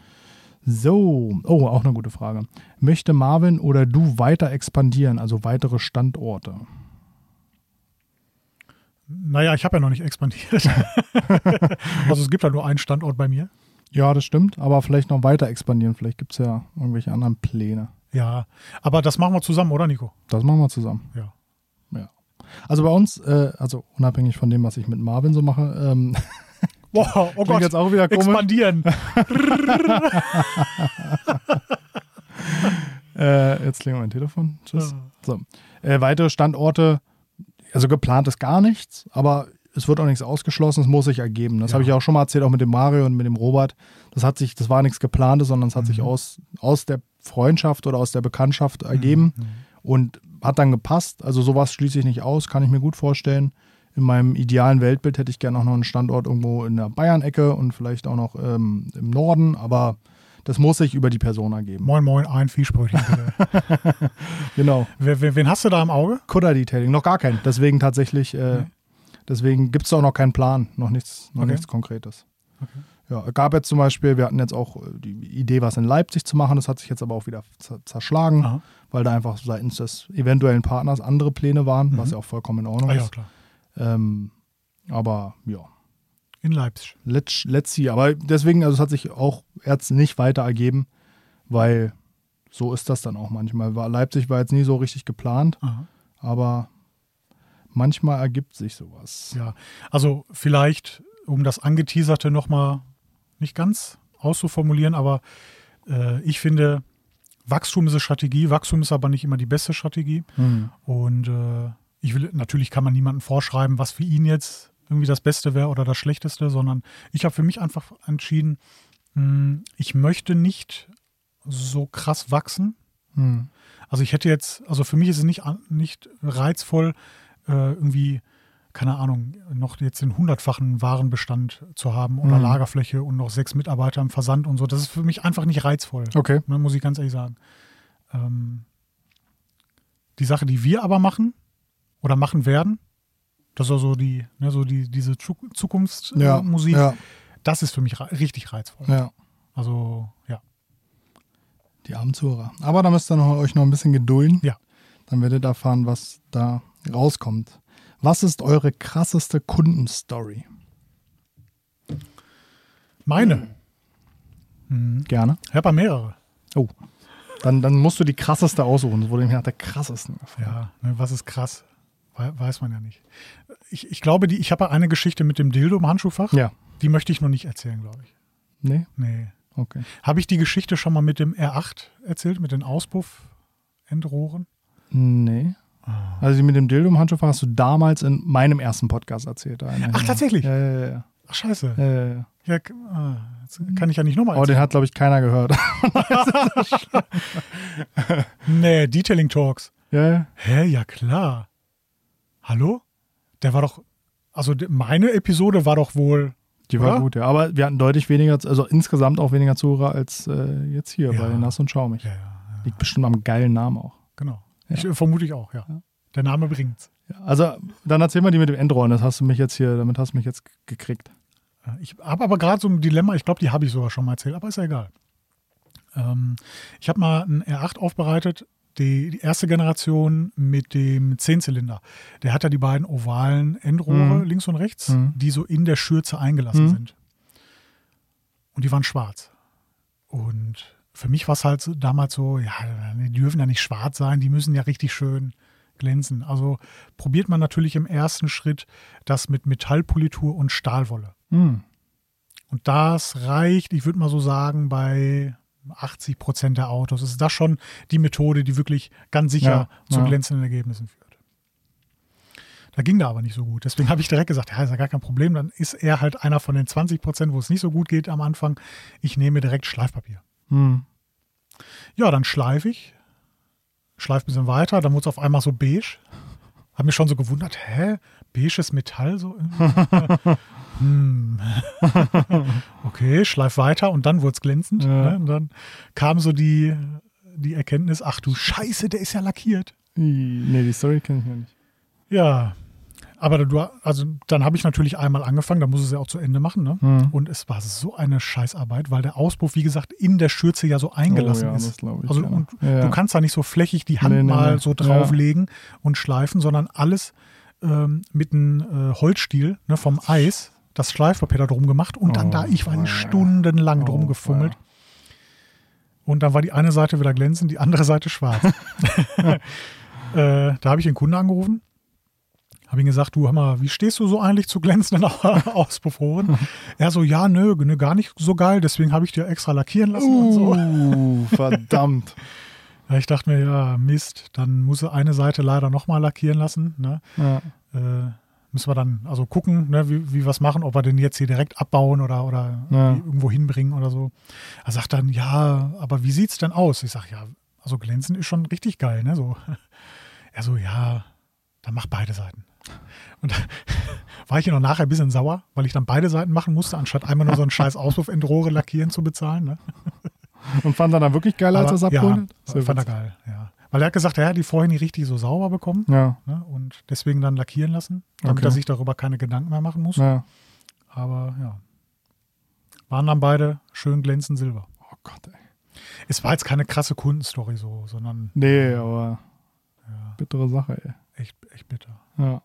[SPEAKER 2] So, oh, auch eine gute Frage. Möchte Marvin oder du weiter expandieren, also weitere Standorte?
[SPEAKER 1] Naja, ich habe ja noch nicht expandiert. also es gibt halt nur einen Standort bei mir.
[SPEAKER 2] Ja, das stimmt, aber vielleicht noch weiter expandieren, vielleicht gibt es ja irgendwelche anderen Pläne.
[SPEAKER 1] Ja, aber das machen wir zusammen, oder Nico?
[SPEAKER 2] Das machen wir zusammen.
[SPEAKER 1] Ja.
[SPEAKER 2] Ja. Also bei uns, äh, also unabhängig von dem, was ich mit Marvin so mache, ähm,
[SPEAKER 1] Wow, oh
[SPEAKER 2] klingt
[SPEAKER 1] Gott.
[SPEAKER 2] jetzt auch wieder komisch.
[SPEAKER 1] Expandieren.
[SPEAKER 2] Äh, jetzt klingelt mein Telefon. Tschüss. So. Äh, weitere Standorte, also geplant ist gar nichts, aber es wird auch nichts ausgeschlossen, es muss sich ergeben. Das
[SPEAKER 1] Ja.
[SPEAKER 2] habe ich auch schon mal erzählt, auch mit dem Mario und mit dem Robert. Das hat sich, das war nichts geplantes, sondern es hat sich aus, aus der Freundschaft oder aus der Bekanntschaft
[SPEAKER 1] Mhm.
[SPEAKER 2] ergeben und hat dann gepasst. Also sowas schließe ich nicht aus, kann ich mir gut vorstellen. In meinem idealen Weltbild hätte ich gerne auch noch einen Standort irgendwo in der Bayern-Ecke und vielleicht auch noch ähm, im Norden, aber das muss sich über die Person ergeben.
[SPEAKER 1] Moin, moin, ein Fischbrötchen bitte.
[SPEAKER 2] Genau.
[SPEAKER 1] wen, wen, wen hast du da im Auge?
[SPEAKER 2] Kudder Detailing, noch gar keinen. Deswegen tatsächlich, äh,
[SPEAKER 1] Nee.
[SPEAKER 2] deswegen gibt es auch noch keinen Plan, noch nichts, noch
[SPEAKER 1] Okay.
[SPEAKER 2] nichts Konkretes. Ja, gab jetzt zum Beispiel, wir hatten jetzt auch äh, die Idee, was in Leipzig zu machen, das hat sich jetzt aber auch wieder zer- zerschlagen,
[SPEAKER 1] Aha.
[SPEAKER 2] weil da einfach seitens des eventuellen Partners andere Pläne waren, was ja auch vollkommen in Ordnung
[SPEAKER 1] Ah, ja,
[SPEAKER 2] ist.
[SPEAKER 1] klar.
[SPEAKER 2] Ähm, aber ja,
[SPEAKER 1] In Leipzig.
[SPEAKER 2] let's, let's see. Aber deswegen, also es hat sich auch jetzt nicht weiter ergeben, weil so ist das dann auch manchmal. War, Leipzig war jetzt nie so richtig geplant.
[SPEAKER 1] Aha.
[SPEAKER 2] Aber manchmal ergibt sich sowas.
[SPEAKER 1] Ja. Also vielleicht, um das Angeteaserte nochmal nicht ganz auszuformulieren, aber äh, ich finde, Wachstum ist eine Strategie, Wachstum ist aber nicht immer die beste Strategie.
[SPEAKER 2] Hm.
[SPEAKER 1] Und äh, ich will, natürlich kann man niemandem vorschreiben, was für ihn jetzt irgendwie das Beste wäre oder das Schlechteste, sondern ich habe für mich einfach entschieden, mh, ich möchte hm, nicht so krass wachsen.
[SPEAKER 2] Hm.
[SPEAKER 1] Also ich hätte jetzt, also für mich ist es nicht, an- nicht reizvoll, äh, irgendwie, keine Ahnung, noch jetzt den hundertfachen Warenbestand zu haben oder
[SPEAKER 2] Mhm.
[SPEAKER 1] Lagerfläche und noch sechs Mitarbeiter im Versand und so. Das ist für mich einfach nicht reizvoll,
[SPEAKER 2] Okay.
[SPEAKER 1] ne, muss ich ganz ehrlich sagen. Ähm, die Sache, die wir aber machen oder machen werden, das ist also die, ne, so die, diese Zukunftsmusik, äh,
[SPEAKER 2] Ja.
[SPEAKER 1] Musik,
[SPEAKER 2] Ja,
[SPEAKER 1] das ist für mich rei- richtig reizvoll.
[SPEAKER 2] ja.
[SPEAKER 1] Also, ja.
[SPEAKER 2] Die Abenteurer. Aber da müsst ihr noch, euch noch ein bisschen gedulden.
[SPEAKER 1] Ja.
[SPEAKER 2] Dann werdet ihr erfahren, was da rauskommt. Was ist eure krasseste Kundenstory?
[SPEAKER 1] Meine. Mhm.
[SPEAKER 2] Gerne.
[SPEAKER 1] Ich habe mehrere.
[SPEAKER 2] Oh. Dann, dann musst du die krasseste aussuchen. Das wurde mir nach der krassesten gefragt.
[SPEAKER 1] Ja, ne, was ist krass? We- Weiß man ja nicht. Ich, ich glaube, die, ich habe eine Geschichte mit dem Dildo im Handschuhfach.
[SPEAKER 2] Ja.
[SPEAKER 1] Die möchte ich noch nicht erzählen, glaube ich.
[SPEAKER 2] Nee?
[SPEAKER 1] Nee.
[SPEAKER 2] Okay.
[SPEAKER 1] Habe ich die Geschichte schon mal mit dem R8 erzählt, mit den Auspuff-Endrohren?
[SPEAKER 2] Nee. Also die mit dem Dildo im Handschuhfach hast du damals in meinem ersten Podcast erzählt. Da in-
[SPEAKER 1] Ach, tatsächlich?
[SPEAKER 2] Ja, ja, ja.
[SPEAKER 1] Ach, scheiße.
[SPEAKER 2] ja, ja, ja.
[SPEAKER 1] Ja, k- ah, jetzt kann ich ja nicht nochmal
[SPEAKER 2] Aber Oh, den
[SPEAKER 1] erzählen.
[SPEAKER 2] hat, glaube ich, keiner gehört.
[SPEAKER 1] nee, Detailing Talks.
[SPEAKER 2] ja, ja.
[SPEAKER 1] Hä, ja klar. Hallo? Der war doch, also de- meine Episode war doch wohl,
[SPEAKER 2] Die war
[SPEAKER 1] Oder?
[SPEAKER 2] gut, ja. Aber wir hatten deutlich weniger, also insgesamt auch weniger Zuhörer als äh, jetzt hier
[SPEAKER 1] Ja.
[SPEAKER 2] bei Nass und Schaumig.
[SPEAKER 1] ja, ja,
[SPEAKER 2] Liegt bestimmt am geilen Namen auch.
[SPEAKER 1] genau.
[SPEAKER 2] Ja.
[SPEAKER 1] Ich, vermute ich auch, ja.
[SPEAKER 2] Ja.
[SPEAKER 1] Der Name bringt's.
[SPEAKER 2] Ja, Also, dann erzähl mal die mit dem Endrohren. Das hast du mich jetzt hier, damit hast du mich jetzt g- gekriegt.
[SPEAKER 1] Ja, Ich habe aber gerade so ein Dilemma, ich glaube, die habe ich sogar schon mal erzählt, aber ist ja egal. Ähm, ich habe mal einen R8 aufbereitet, die, die erste Generation mit dem Zehnzylinder. Der hat ja die beiden ovalen Endrohre
[SPEAKER 2] Mhm.
[SPEAKER 1] links und rechts,
[SPEAKER 2] Mhm.
[SPEAKER 1] die so in der Schürze eingelassen
[SPEAKER 2] Mhm.
[SPEAKER 1] sind. Und die waren schwarz. Und für mich war es halt so- damals so, ja, die dürfen ja nicht schwarz sein, die müssen ja richtig schön glänzen. Also probiert man natürlich im ersten Schritt das mit Metallpolitur und Stahlwolle.
[SPEAKER 2] Hm.
[SPEAKER 1] Und das reicht, ich würde mal so sagen, bei 80 Prozent der Autos. Ist das schon die Methode, die wirklich ganz sicher
[SPEAKER 2] Ja,
[SPEAKER 1] zu
[SPEAKER 2] ja.
[SPEAKER 1] glänzenden Ergebnissen führt? Da ging da aber nicht so gut. Deswegen habe ich direkt gesagt, ja, ist ja gar kein Problem. Dann ist er halt einer von den 20 Prozent, wo es nicht so gut geht am Anfang. Ich nehme direkt Schleifpapier.
[SPEAKER 2] Hm.
[SPEAKER 1] Ja, dann schleife ich, schleife ein bisschen weiter, dann wurde es auf einmal so beige. Hab mich schon so gewundert, hä, beiges Metall? So, irgendwie? hm. okay, schleif weiter und dann wurde es glänzend.
[SPEAKER 2] Ja.
[SPEAKER 1] Ne? Und dann kam so die, die Erkenntnis, ach du Scheiße, der ist ja lackiert.
[SPEAKER 2] Ih, Nee, die Story kenne ich ja nicht.
[SPEAKER 1] Ja, aber du, also dann habe ich natürlich einmal angefangen, da muss es ja auch zu Ende machen. Ne?
[SPEAKER 2] Hm.
[SPEAKER 1] Und es war so eine Scheißarbeit, weil der Auspuff, wie gesagt, in der Schürze ja so eingelassen
[SPEAKER 2] oh, ja,
[SPEAKER 1] ist.
[SPEAKER 2] Das glaube ich.
[SPEAKER 1] Also,
[SPEAKER 2] ja.
[SPEAKER 1] und
[SPEAKER 2] ja.
[SPEAKER 1] Du kannst da nicht so flächig die Hand
[SPEAKER 2] Nee, nee,
[SPEAKER 1] mal
[SPEAKER 2] nee.
[SPEAKER 1] so drauflegen und schleifen, sondern alles ähm, mit einem äh, Holzstiel ne, vom Eis, das Schleifpapier da drum gemacht und dann
[SPEAKER 2] Oh,
[SPEAKER 1] da, ich war
[SPEAKER 2] Feuer.
[SPEAKER 1] stundenlang drum
[SPEAKER 2] Oh,
[SPEAKER 1] gefummelt. Und dann war die eine Seite wieder glänzend, die andere Seite schwarz. äh, da habe ich den Kunden angerufen, habe ihn gesagt, du Hammer, wie stehst du so eigentlich zu glänzenden Auspuffohren? er so, ja, nö, nö, gar nicht so geil, deswegen habe ich dir extra lackieren lassen und so.
[SPEAKER 2] Uh, verdammt.
[SPEAKER 1] Ja, ich dachte mir, ja, Mist, dann muss er eine Seite leider nochmal lackieren lassen. Ne?
[SPEAKER 2] Ja.
[SPEAKER 1] Äh, müssen wir dann also gucken, ne, wie, wie wir es machen, ob wir den jetzt hier direkt abbauen oder, oder
[SPEAKER 2] Ja.
[SPEAKER 1] irgendwie irgendwo hinbringen oder so. Er sagt dann, ja, aber wie sieht's denn aus? Ich sage, ja, also glänzen ist schon richtig geil, ne? So. Er so, ja, dann mach beide Seiten. Und da war ich ja noch nachher ein bisschen sauer, weil ich dann beide Seiten machen musste, anstatt einmal nur so einen scheiß Auspuffendrohre lackieren zu bezahlen. Ne?
[SPEAKER 2] Und fand er dann wirklich geil, als er es
[SPEAKER 1] Aber-
[SPEAKER 2] abgeholt hat?
[SPEAKER 1] Ja, fand er
[SPEAKER 2] witzig.
[SPEAKER 1] geil, ja. Weil er hat gesagt, er hat die vorher nicht richtig so sauber bekommen
[SPEAKER 2] Ja,
[SPEAKER 1] ne, und deswegen dann lackieren lassen, damit
[SPEAKER 2] Okay.
[SPEAKER 1] er sich darüber keine Gedanken mehr machen muss.
[SPEAKER 2] ja.
[SPEAKER 1] Aber ja, waren dann beide schön glänzend silber.
[SPEAKER 2] Oh Gott, ey.
[SPEAKER 1] Es war jetzt keine krasse Kundenstory so, sondern
[SPEAKER 2] Nee, aber
[SPEAKER 1] ja,
[SPEAKER 2] bittere Sache, ey.
[SPEAKER 1] echt, echt bitter.
[SPEAKER 2] Ja.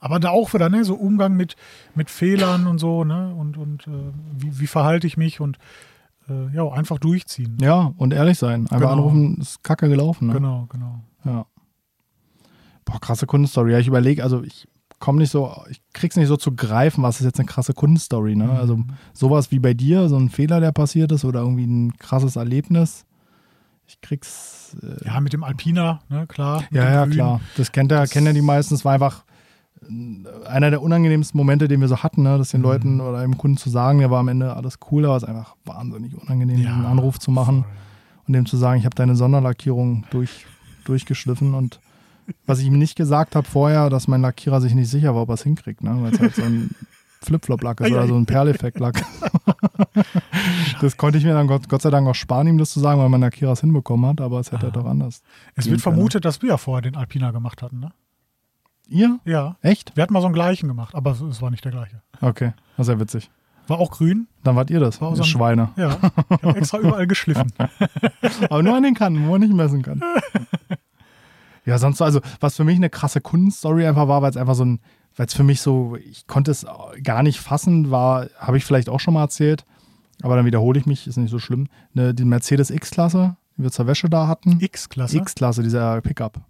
[SPEAKER 1] Aber da auch wieder, ne, so Umgang mit, mit Fehlern und so, ne, und, und äh, wie, wie verhalte ich mich und äh, ja, einfach durchziehen.
[SPEAKER 2] ja, und ehrlich sein. Einfach
[SPEAKER 1] Genau.
[SPEAKER 2] anrufen, ist kacke gelaufen. Ne?
[SPEAKER 1] Genau, genau.
[SPEAKER 2] Ja. Boah, krasse Kundenstory. Ja, ich überlege, also ich komme nicht so, ich krieg's nicht so zu greifen, was ist jetzt eine krasse Kundenstory,
[SPEAKER 1] Mhm.
[SPEAKER 2] ne? Also sowas wie bei dir, so ein Fehler, der passiert ist oder irgendwie ein krasses Erlebnis. Ich krieg's. Äh,
[SPEAKER 1] Ja, mit dem Alpina, ne, klar. mit
[SPEAKER 2] ja,
[SPEAKER 1] dem
[SPEAKER 2] ja,
[SPEAKER 1] Grün.
[SPEAKER 2] klar. Das kennt ja, kennen ja die meisten. Es war einfach äh, einer der unangenehmsten Momente, den wir so hatten, ne? das den Leuten oder einem Kunden zu sagen, der war am Ende alles cool, aber es ist einfach wahnsinnig unangenehm,
[SPEAKER 1] Ja,
[SPEAKER 2] diesen Anruf zu machen.
[SPEAKER 1] voll.
[SPEAKER 2] Und und dem zu sagen, ich habe deine Sonderlackierung durch, durchgeschliffen und was ich ihm nicht gesagt habe vorher, dass mein Lackierer sich nicht sicher war, ob er es hinkriegt, ne? weil es halt so ein Flip-Flop-Lack ist oder so ein Perleffekt-Lack. das konnte ich mir dann Gott, Gott sei Dank auch sparen, ihm das zu sagen, weil mein Lackierer es hinbekommen hat, aber es hätte er
[SPEAKER 1] Ah.
[SPEAKER 2] doch anders.
[SPEAKER 1] Es wird
[SPEAKER 2] ne?
[SPEAKER 1] vermutet, dass wir ja vorher den Alpina gemacht hatten, ne?
[SPEAKER 2] Ihr?
[SPEAKER 1] Ja.
[SPEAKER 2] Echt?
[SPEAKER 1] Wir hatten mal so einen gleichen gemacht, aber es- es war nicht der gleiche.
[SPEAKER 2] Okay, das ist ja witzig.
[SPEAKER 1] War auch grün.
[SPEAKER 2] Dann wart ihr das,
[SPEAKER 1] War
[SPEAKER 2] ihr
[SPEAKER 1] so ein-
[SPEAKER 2] Schweine.
[SPEAKER 1] Ja. Ich hab extra überall geschliffen.
[SPEAKER 2] Aber nur an den Kanten, wo man nicht messen kann. Ja, sonst, so, also, was für mich eine krasse Kundenstory einfach war, weil es einfach so ein, weil es für mich so, ich konnte es gar nicht fassen, war, habe ich vielleicht auch schon mal erzählt, aber dann wiederhole ich mich, ist nicht so schlimm. Ne, die Mercedes X-Klasse, die wir zur Wäsche da hatten.
[SPEAKER 1] X-Klasse.
[SPEAKER 2] X-Klasse, dieser Pickup.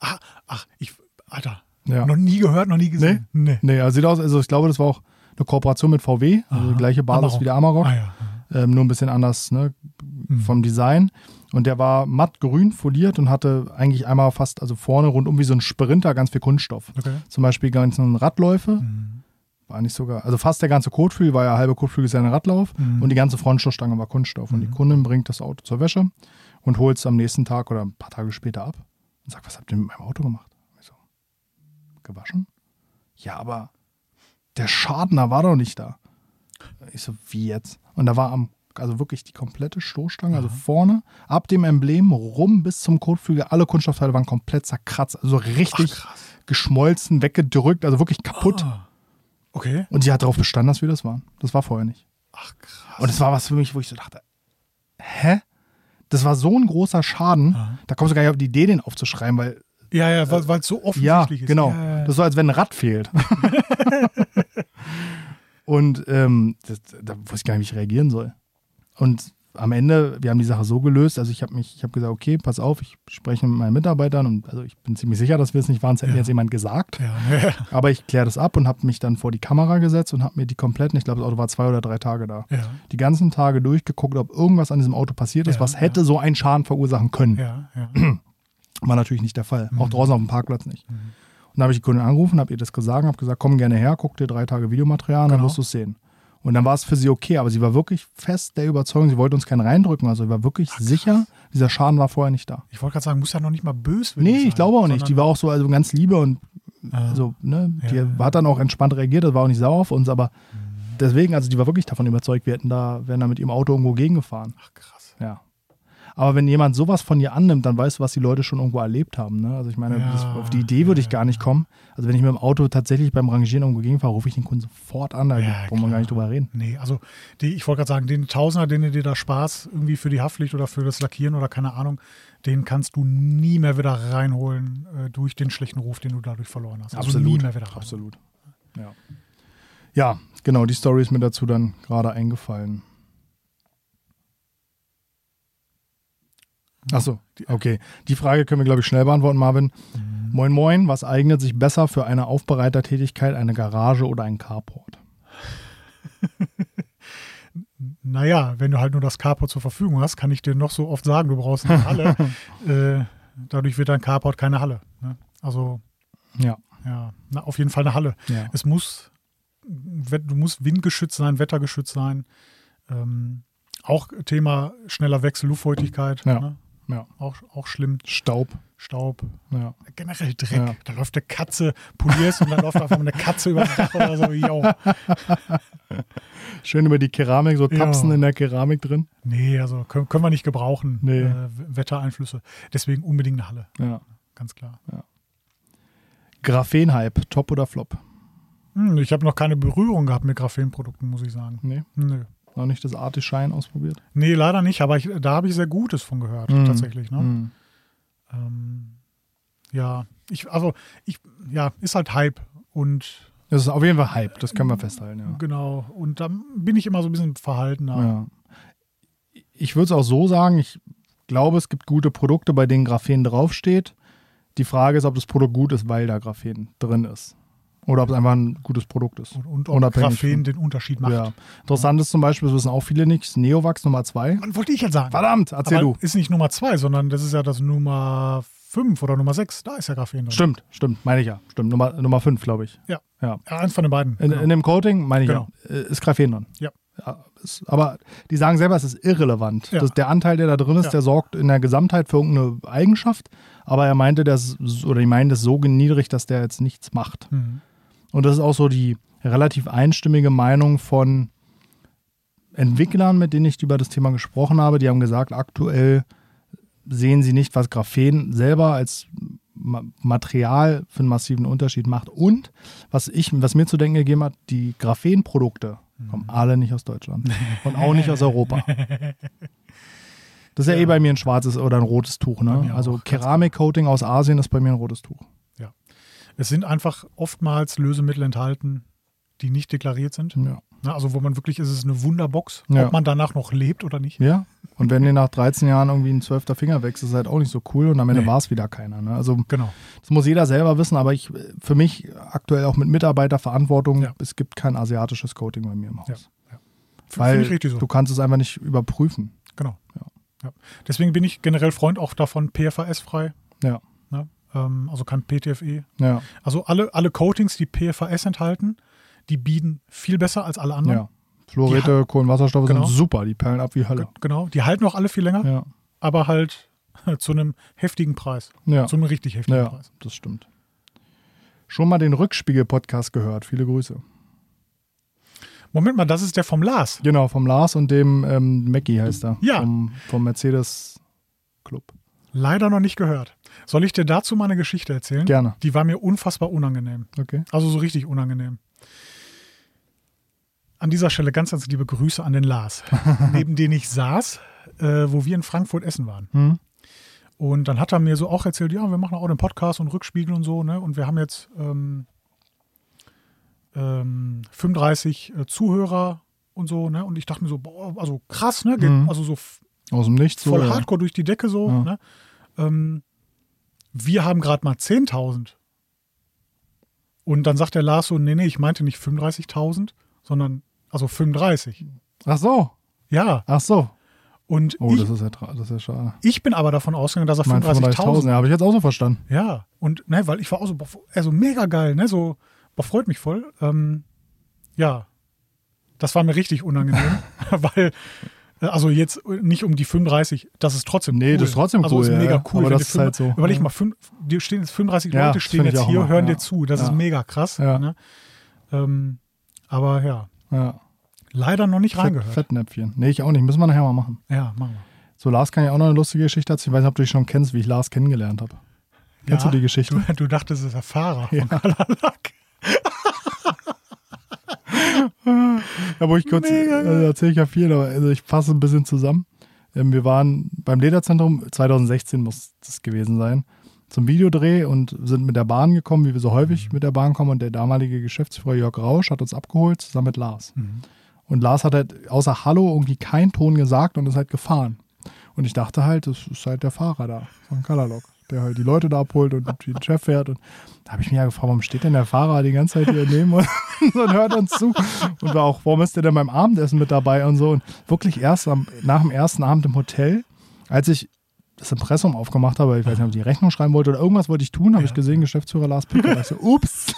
[SPEAKER 1] Ach, ach, ich, Alter,
[SPEAKER 2] Ja.
[SPEAKER 1] noch nie gehört, noch nie gesehen. Nee.
[SPEAKER 2] Nee, also sieht aus, also ich glaube, das war auch eine Kooperation mit VW, also
[SPEAKER 1] Aha.
[SPEAKER 2] die gleiche Basis
[SPEAKER 1] Amarok.
[SPEAKER 2] wie der Amarok,
[SPEAKER 1] Ah ja.
[SPEAKER 2] ähm, nur ein bisschen anders, ne,
[SPEAKER 1] Hm.
[SPEAKER 2] vom Design. Und der war matt grün foliert und hatte eigentlich einmal fast, also vorne rundum wie so ein Sprinter ganz viel Kunststoff.
[SPEAKER 1] Okay.
[SPEAKER 2] Zum Beispiel ganzen Radläufe,
[SPEAKER 1] Hm.
[SPEAKER 2] war nicht sogar, also fast der ganze Kotflügel, war ja halbe Kotflügel ist ja ein Radlauf
[SPEAKER 1] Mhm.
[SPEAKER 2] und die ganze Frontstoßstange war Kunststoff. Und die
[SPEAKER 1] Mhm.
[SPEAKER 2] Kundin bringt das Auto zur Wäsche und holt es am nächsten Tag oder ein paar Tage später ab und sagt, was habt ihr mit meinem Auto gemacht? Und Ich so, gewaschen? Ja, aber der Schaden, da war doch nicht da. Ich so, wie jetzt? Und da war am, also wirklich die komplette Stoßstange, also vorne, ab dem Emblem rum bis zum Kotflügel, alle Kunststoffteile waren komplett zerkratzt, also so richtig geschmolzen, weggedrückt, also wirklich kaputt.
[SPEAKER 1] Ah. Okay.
[SPEAKER 2] Und sie hat darauf bestanden, dass wir das waren. Das war vorher nicht.
[SPEAKER 1] Ach krass.
[SPEAKER 2] Und das war was für mich, wo ich so dachte, hä? Das war so ein großer Schaden,
[SPEAKER 1] Aha.
[SPEAKER 2] da kommst du gar nicht auf die Idee, den aufzuschreiben, weil,
[SPEAKER 1] Ja, ja, weil es so
[SPEAKER 2] ja,
[SPEAKER 1] offensichtlich ist.
[SPEAKER 2] genau.
[SPEAKER 1] Ja, ja,
[SPEAKER 2] Das ist so, als wenn ein Rad fehlt. Und ähm, das, da wusste ich gar nicht, wie ich reagieren soll. Und am Ende, wir haben die Sache so gelöst, also ich habe mich, ich habe gesagt, okay, pass auf, ich spreche mit meinen Mitarbeitern und also ich bin ziemlich sicher, dass wir es nicht waren, es hätte mir
[SPEAKER 1] Ja.
[SPEAKER 2] jetzt jemand gesagt.
[SPEAKER 1] ja. ja.
[SPEAKER 2] Aber ich kläre das ab und habe mich dann vor die Kamera gesetzt und habe mir die kompletten, ich glaube, das Auto war zwei oder drei Tage da.
[SPEAKER 1] ja.
[SPEAKER 2] Die ganzen Tage durchgeguckt, ob irgendwas an diesem Auto passiert ist,
[SPEAKER 1] Ja,
[SPEAKER 2] was hätte so einen Schaden verursachen können.
[SPEAKER 1] Ja, Mhm. ja.
[SPEAKER 2] War natürlich nicht der Fall. Auch draußen auf dem Parkplatz nicht.
[SPEAKER 1] Mhm.
[SPEAKER 2] Und da habe ich die Kundin angerufen, habe ihr das gesagt, habe gesagt, komm gerne her, guck dir drei Tage Videomaterial an, dann
[SPEAKER 1] Genau.
[SPEAKER 2] wirst du es sehen. Und dann war es für sie okay, aber sie war wirklich fest der Überzeugung, sie wollte uns keinen reindrücken. Also sie war wirklich sicher, dieser Schaden war vorher nicht da.
[SPEAKER 1] Ich wollte gerade sagen, muss ja noch nicht mal böswillig
[SPEAKER 2] Nee,
[SPEAKER 1] sein.
[SPEAKER 2] ich glaube auch nicht. Die war auch so also ganz liebe und
[SPEAKER 1] Ah.
[SPEAKER 2] so, ne, die
[SPEAKER 1] Ja.
[SPEAKER 2] hat dann auch entspannt reagiert, das war auch nicht sauer auf uns, aber
[SPEAKER 1] Mhm.
[SPEAKER 2] deswegen, also die war wirklich davon überzeugt, wir hätten da, wären da mit ihrem Auto irgendwo gegengefahren.
[SPEAKER 1] Ach krass.
[SPEAKER 2] Ja. Aber wenn jemand sowas von dir annimmt, dann weißt du, was die Leute schon irgendwo erlebt haben. Ne? Also ich meine,
[SPEAKER 1] Ja.
[SPEAKER 2] das, auf die Idee würde ich gar nicht kommen. Also wenn ich mit dem Auto tatsächlich beim Rangieren irgendwo gegenfahre, rufe ich den Kunden sofort an, da
[SPEAKER 1] Ja,
[SPEAKER 2] brauchen wir gar nicht drüber reden.
[SPEAKER 1] Nee, also die, ich wollte gerade sagen, den Tausender, den du dir da sparst, irgendwie für die Haftpflicht oder für das Lackieren oder keine Ahnung, den kannst du nie mehr wieder reinholen äh, durch den schlechten Ruf, den du dadurch verloren hast. Also nie mehr wieder rein.
[SPEAKER 2] Absolut. Ja. ja, genau, die Story ist mir dazu dann gerade eingefallen. Achso, okay. Die Frage können wir, glaube ich, schnell beantworten, Marvin. Moin, moin, was eignet sich besser für eine Aufbereitertätigkeit, eine Garage oder ein Carport?
[SPEAKER 1] Naja, wenn du halt nur das Carport zur Verfügung hast, kann ich dir noch so oft sagen, du brauchst eine Halle. äh, dadurch wird dein Carport keine Halle. Ne? Also,
[SPEAKER 2] Ja.
[SPEAKER 1] ja, na, auf jeden Fall eine Halle.
[SPEAKER 2] ja.
[SPEAKER 1] Es muss, du musst windgeschützt sein, wettergeschützt sein. Ähm, auch Thema schneller Wechsel, Luftfeuchtigkeit.
[SPEAKER 2] Ja.
[SPEAKER 1] Ne?
[SPEAKER 2] Ja.
[SPEAKER 1] Auch, auch schlimm.
[SPEAKER 2] Staub.
[SPEAKER 1] Staub,
[SPEAKER 2] Ja.
[SPEAKER 1] generell Dreck.
[SPEAKER 2] Ja.
[SPEAKER 1] Da läuft eine Katze, polierst und dann läuft einfach eine Katze über das Dach oder so. Jo.
[SPEAKER 2] Schön über die Keramik, so
[SPEAKER 1] Ja.
[SPEAKER 2] Tapsen in der Keramik drin.
[SPEAKER 1] Nee, also können, können wir nicht gebrauchen,
[SPEAKER 2] Nee.
[SPEAKER 1] äh, Wettereinflüsse. Deswegen unbedingt eine Halle,
[SPEAKER 2] Ja.
[SPEAKER 1] ganz klar.
[SPEAKER 2] Graphenhype, top oder flop?
[SPEAKER 1] Hm, ich habe noch keine Berührung gehabt mit Graphenprodukten, muss ich sagen.
[SPEAKER 2] Nee,
[SPEAKER 1] Nö.
[SPEAKER 2] noch nicht das Artischein ausprobiert.
[SPEAKER 1] Nee, leider nicht, aber ich, da habe ich sehr Gutes von gehört,
[SPEAKER 2] Mhm.
[SPEAKER 1] tatsächlich. Ne?
[SPEAKER 2] Hm.
[SPEAKER 1] Ähm, ja, ich, also, ich, ja, ist halt Hype und
[SPEAKER 2] Das ist auf jeden Fall Hype, das können wir festhalten, ja.
[SPEAKER 1] genau, und dann bin ich immer so ein bisschen verhaltener.
[SPEAKER 2] Ja. Ich würde es auch so sagen, ich glaube, es gibt gute Produkte, bei denen Graphen draufsteht. Die Frage ist, ob das Produkt gut ist, weil da Graphen drin ist. Oder ob es einfach ein gutes Produkt ist.
[SPEAKER 1] Und, und ob
[SPEAKER 2] Unabhängig
[SPEAKER 1] Graphen
[SPEAKER 2] von-
[SPEAKER 1] den Unterschied macht.
[SPEAKER 2] Ja. Interessant ist zum Beispiel, das wissen auch viele nicht, Neovax Nummer 2.
[SPEAKER 1] Wann wollte ich jetzt sagen?
[SPEAKER 2] Verdammt, erzähl
[SPEAKER 1] aber
[SPEAKER 2] du.
[SPEAKER 1] ist nicht Nummer 2, sondern das ist ja das Nummer 5 oder Nummer 6. Da ist ja Graphen drin.
[SPEAKER 2] Stimmt, stimmt, meine ich ja. Stimmt, Nummer 5, glaube ich.
[SPEAKER 1] Ja.
[SPEAKER 2] ja.
[SPEAKER 1] Ja, eins von den beiden.
[SPEAKER 2] In,
[SPEAKER 1] genau.
[SPEAKER 2] in dem Coating, meine ich
[SPEAKER 1] Genau.
[SPEAKER 2] ja, äh, ist Graphen drin.
[SPEAKER 1] Ja.
[SPEAKER 2] Ja, es- aber die sagen selber, es ist irrelevant.
[SPEAKER 1] Ja.
[SPEAKER 2] Das, der Anteil, der da drin ist,
[SPEAKER 1] Ja.
[SPEAKER 2] der sorgt in der Gesamtheit für irgendeine Eigenschaft. Aber er meinte das, oder die meinen das so niedrig, dass der jetzt nichts macht.
[SPEAKER 1] Mhm.
[SPEAKER 2] Und das ist auch so die relativ einstimmige Meinung von Entwicklern, mit denen ich über das Thema gesprochen habe. Die haben gesagt, aktuell sehen sie nicht, was Graphen selber als Ma- Material für einen massiven Unterschied macht. Und was, ich, was mir zu denken gegeben hat, die Graphenprodukte
[SPEAKER 1] Mhm.
[SPEAKER 2] kommen alle nicht aus Deutschland und auch nicht aus Europa. Das ist ja, eh bei mir ein schwarzes oder ein rotes Tuch.
[SPEAKER 1] Bei
[SPEAKER 2] Ne?
[SPEAKER 1] mir auch,
[SPEAKER 2] Also
[SPEAKER 1] ganz klar.
[SPEAKER 2] Keramikcoating aus Asien ist bei mir ein rotes Tuch.
[SPEAKER 1] Es sind einfach oftmals Lösemittel enthalten, die nicht deklariert sind.
[SPEAKER 2] Ja.
[SPEAKER 1] Na, also wo man wirklich, ist es ist eine Wunderbox,
[SPEAKER 2] Mhm. Ja. Mhm.
[SPEAKER 1] ob man danach noch lebt oder nicht.
[SPEAKER 2] Ja. Und wenn dir nach 13 Jahren irgendwie ein zwölfter Finger wächst, ist halt auch nicht so cool und am Ende
[SPEAKER 1] Nee.
[SPEAKER 2] war es wieder keiner. Ne? Also
[SPEAKER 1] Genau.
[SPEAKER 2] das muss jeder selber wissen, aber ich für mich aktuell auch mit Mitarbeiterverantwortung,
[SPEAKER 1] Ja.
[SPEAKER 2] es gibt kein asiatisches Coating bei mir im Haus.
[SPEAKER 1] Ja, F-
[SPEAKER 2] Weil
[SPEAKER 1] Finde ich richtig so.
[SPEAKER 2] du kannst es einfach nicht überprüfen.
[SPEAKER 1] Genau.
[SPEAKER 2] Ja.
[SPEAKER 1] Ja. Deswegen bin ich generell Freund auch davon, PFAS-frei.
[SPEAKER 2] Ja.
[SPEAKER 1] Ne? Ähm, also kein PTFE.
[SPEAKER 2] Ja,
[SPEAKER 1] Also alle, alle Coatings, die PFAS enthalten, die bieten viel besser als alle anderen.
[SPEAKER 2] ja. Fluorite, Kohlenwasserstoffe
[SPEAKER 1] Mhm. Genau.
[SPEAKER 2] sind super, die perlen ab wie Hölle.
[SPEAKER 1] Ge- Genau. Die halten auch alle viel länger,
[SPEAKER 2] Ja,
[SPEAKER 1] aber halt zu einem heftigen Preis.
[SPEAKER 2] ja,
[SPEAKER 1] Zu einem richtig heftigen
[SPEAKER 2] ja
[SPEAKER 1] Preis.
[SPEAKER 2] das stimmt. Schon mal den Rückspiegel-Podcast gehört. Viele Grüße.
[SPEAKER 1] Moment mal, das ist der vom Lars.
[SPEAKER 2] Genau, vom Lars und dem ähm, Mackie heißt er.
[SPEAKER 1] Ja.
[SPEAKER 2] Vom, vom Mercedes Club.
[SPEAKER 1] Leider noch nicht gehört. Soll ich dir dazu mal eine Geschichte erzählen?
[SPEAKER 2] Gerne.
[SPEAKER 1] Die war mir unfassbar unangenehm.
[SPEAKER 2] Okay.
[SPEAKER 1] Also so richtig unangenehm. An dieser Stelle ganz, ganz liebe Grüße an den Lars, neben den ich saß, äh, wo wir in Frankfurt essen waren.
[SPEAKER 2] Hm?
[SPEAKER 1] Und dann hat er mir so auch erzählt, ja, wir machen auch den Podcast und Rückspiegel und so, ne? Und wir haben jetzt ähm, ähm, 35 äh, Zuhörer und so, ne? Und ich dachte mir so, boah, also krass, ne? Geht,
[SPEAKER 2] Mhm.
[SPEAKER 1] Also so f-
[SPEAKER 2] Aus dem Nichts. so,
[SPEAKER 1] voll
[SPEAKER 2] ja.
[SPEAKER 1] hardcore durch die Decke so,
[SPEAKER 2] Ja.
[SPEAKER 1] ne? Ähm, wir haben gerade mal 10.000. Und dann sagt der Lars so, nee, nee, ich meinte nicht 35.000, sondern, also 35.
[SPEAKER 2] Ach so,
[SPEAKER 1] Ja,
[SPEAKER 2] ach so.
[SPEAKER 1] und
[SPEAKER 2] Oh, das
[SPEAKER 1] ich,
[SPEAKER 2] ist ja, tra- das ist ja schade.
[SPEAKER 1] ich bin aber davon ausgegangen, dass er
[SPEAKER 2] Ich meine,
[SPEAKER 1] 35.000
[SPEAKER 2] 35.000, ja, habe ich jetzt auch so verstanden.
[SPEAKER 1] Ja, und ne, weil ich war auch so, boah, also mega geil, ne? So, boah, freut mich voll. Ähm, ja, das war mir richtig unangenehm, weil, äh, also jetzt äh, nicht um die 35, das ist trotzdem
[SPEAKER 2] Nee,
[SPEAKER 1] cool.
[SPEAKER 2] das ist trotzdem
[SPEAKER 1] also
[SPEAKER 2] cool,
[SPEAKER 1] ist
[SPEAKER 2] ja,
[SPEAKER 1] mega
[SPEAKER 2] ja.
[SPEAKER 1] cool.
[SPEAKER 2] Aber
[SPEAKER 1] wenn
[SPEAKER 2] das
[SPEAKER 1] die
[SPEAKER 2] ist halt so.
[SPEAKER 1] Überleg
[SPEAKER 2] Ja.
[SPEAKER 1] mal, fünf, die stehen jetzt 35
[SPEAKER 2] Ja,
[SPEAKER 1] Leute
[SPEAKER 2] das
[SPEAKER 1] stehen
[SPEAKER 2] find ich
[SPEAKER 1] jetzt
[SPEAKER 2] auch
[SPEAKER 1] hier,
[SPEAKER 2] immer,
[SPEAKER 1] hören
[SPEAKER 2] ja.
[SPEAKER 1] dir zu. Das ist
[SPEAKER 2] Ja.
[SPEAKER 1] mega krass.
[SPEAKER 2] Ja.
[SPEAKER 1] Ne? Ähm, aber ja,
[SPEAKER 2] Ja.
[SPEAKER 1] leider noch nicht
[SPEAKER 2] Fett,
[SPEAKER 1] reingehört.
[SPEAKER 2] Fettnäpfchen. Nee, ich auch nicht. Müssen wir nachher mal machen.
[SPEAKER 1] Ja, machen
[SPEAKER 2] So, Lars kann ja auch noch eine lustige Geschichte erzählen. Ich weiß nicht, ob du dich schon kennst, wie ich Lars kennengelernt habe.
[SPEAKER 1] wir.
[SPEAKER 2] Kennst
[SPEAKER 1] ja,
[SPEAKER 2] du die Geschichte?
[SPEAKER 1] Du, du dachtest, es ist der Fahrer von Kalalak.
[SPEAKER 2] Ja, wo ich kurz,
[SPEAKER 1] Mega geil.
[SPEAKER 2] also erzähle ich ja viel, aber also ich fasse ein bisschen zusammen. Ähm, wir waren beim Lederzentrum, 2016 muss das gewesen sein, zum Videodreh und sind mit der Bahn gekommen, wie wir so häufig mit der Bahn kommen. Und der damalige Geschäftsführer Jörg Rausch hat uns abgeholt, zusammen mit Lars. Und Lars hat halt außer Hallo irgendwie keinen Ton gesagt und ist halt gefahren. Und ich dachte halt, das ist halt der Fahrer da von Kalalog, der halt die Leute da abholt und den Chef fährt. Und da habe ich mich ja gefragt, warum steht denn der Fahrer die ganze Zeit hier neben uns und hört uns zu? Und war auch, warum ist der denn beim Abendessen mit dabei und so? Und wirklich erst am, nach dem ersten Abend im Hotel, als ich das Impressum aufgemacht habe, ich weiß nicht, ob ich die Rechnung schreiben wollte oder irgendwas wollte ich tun, habe ich gesehen, Geschäftsführer Lars Picker. Ich so, ups.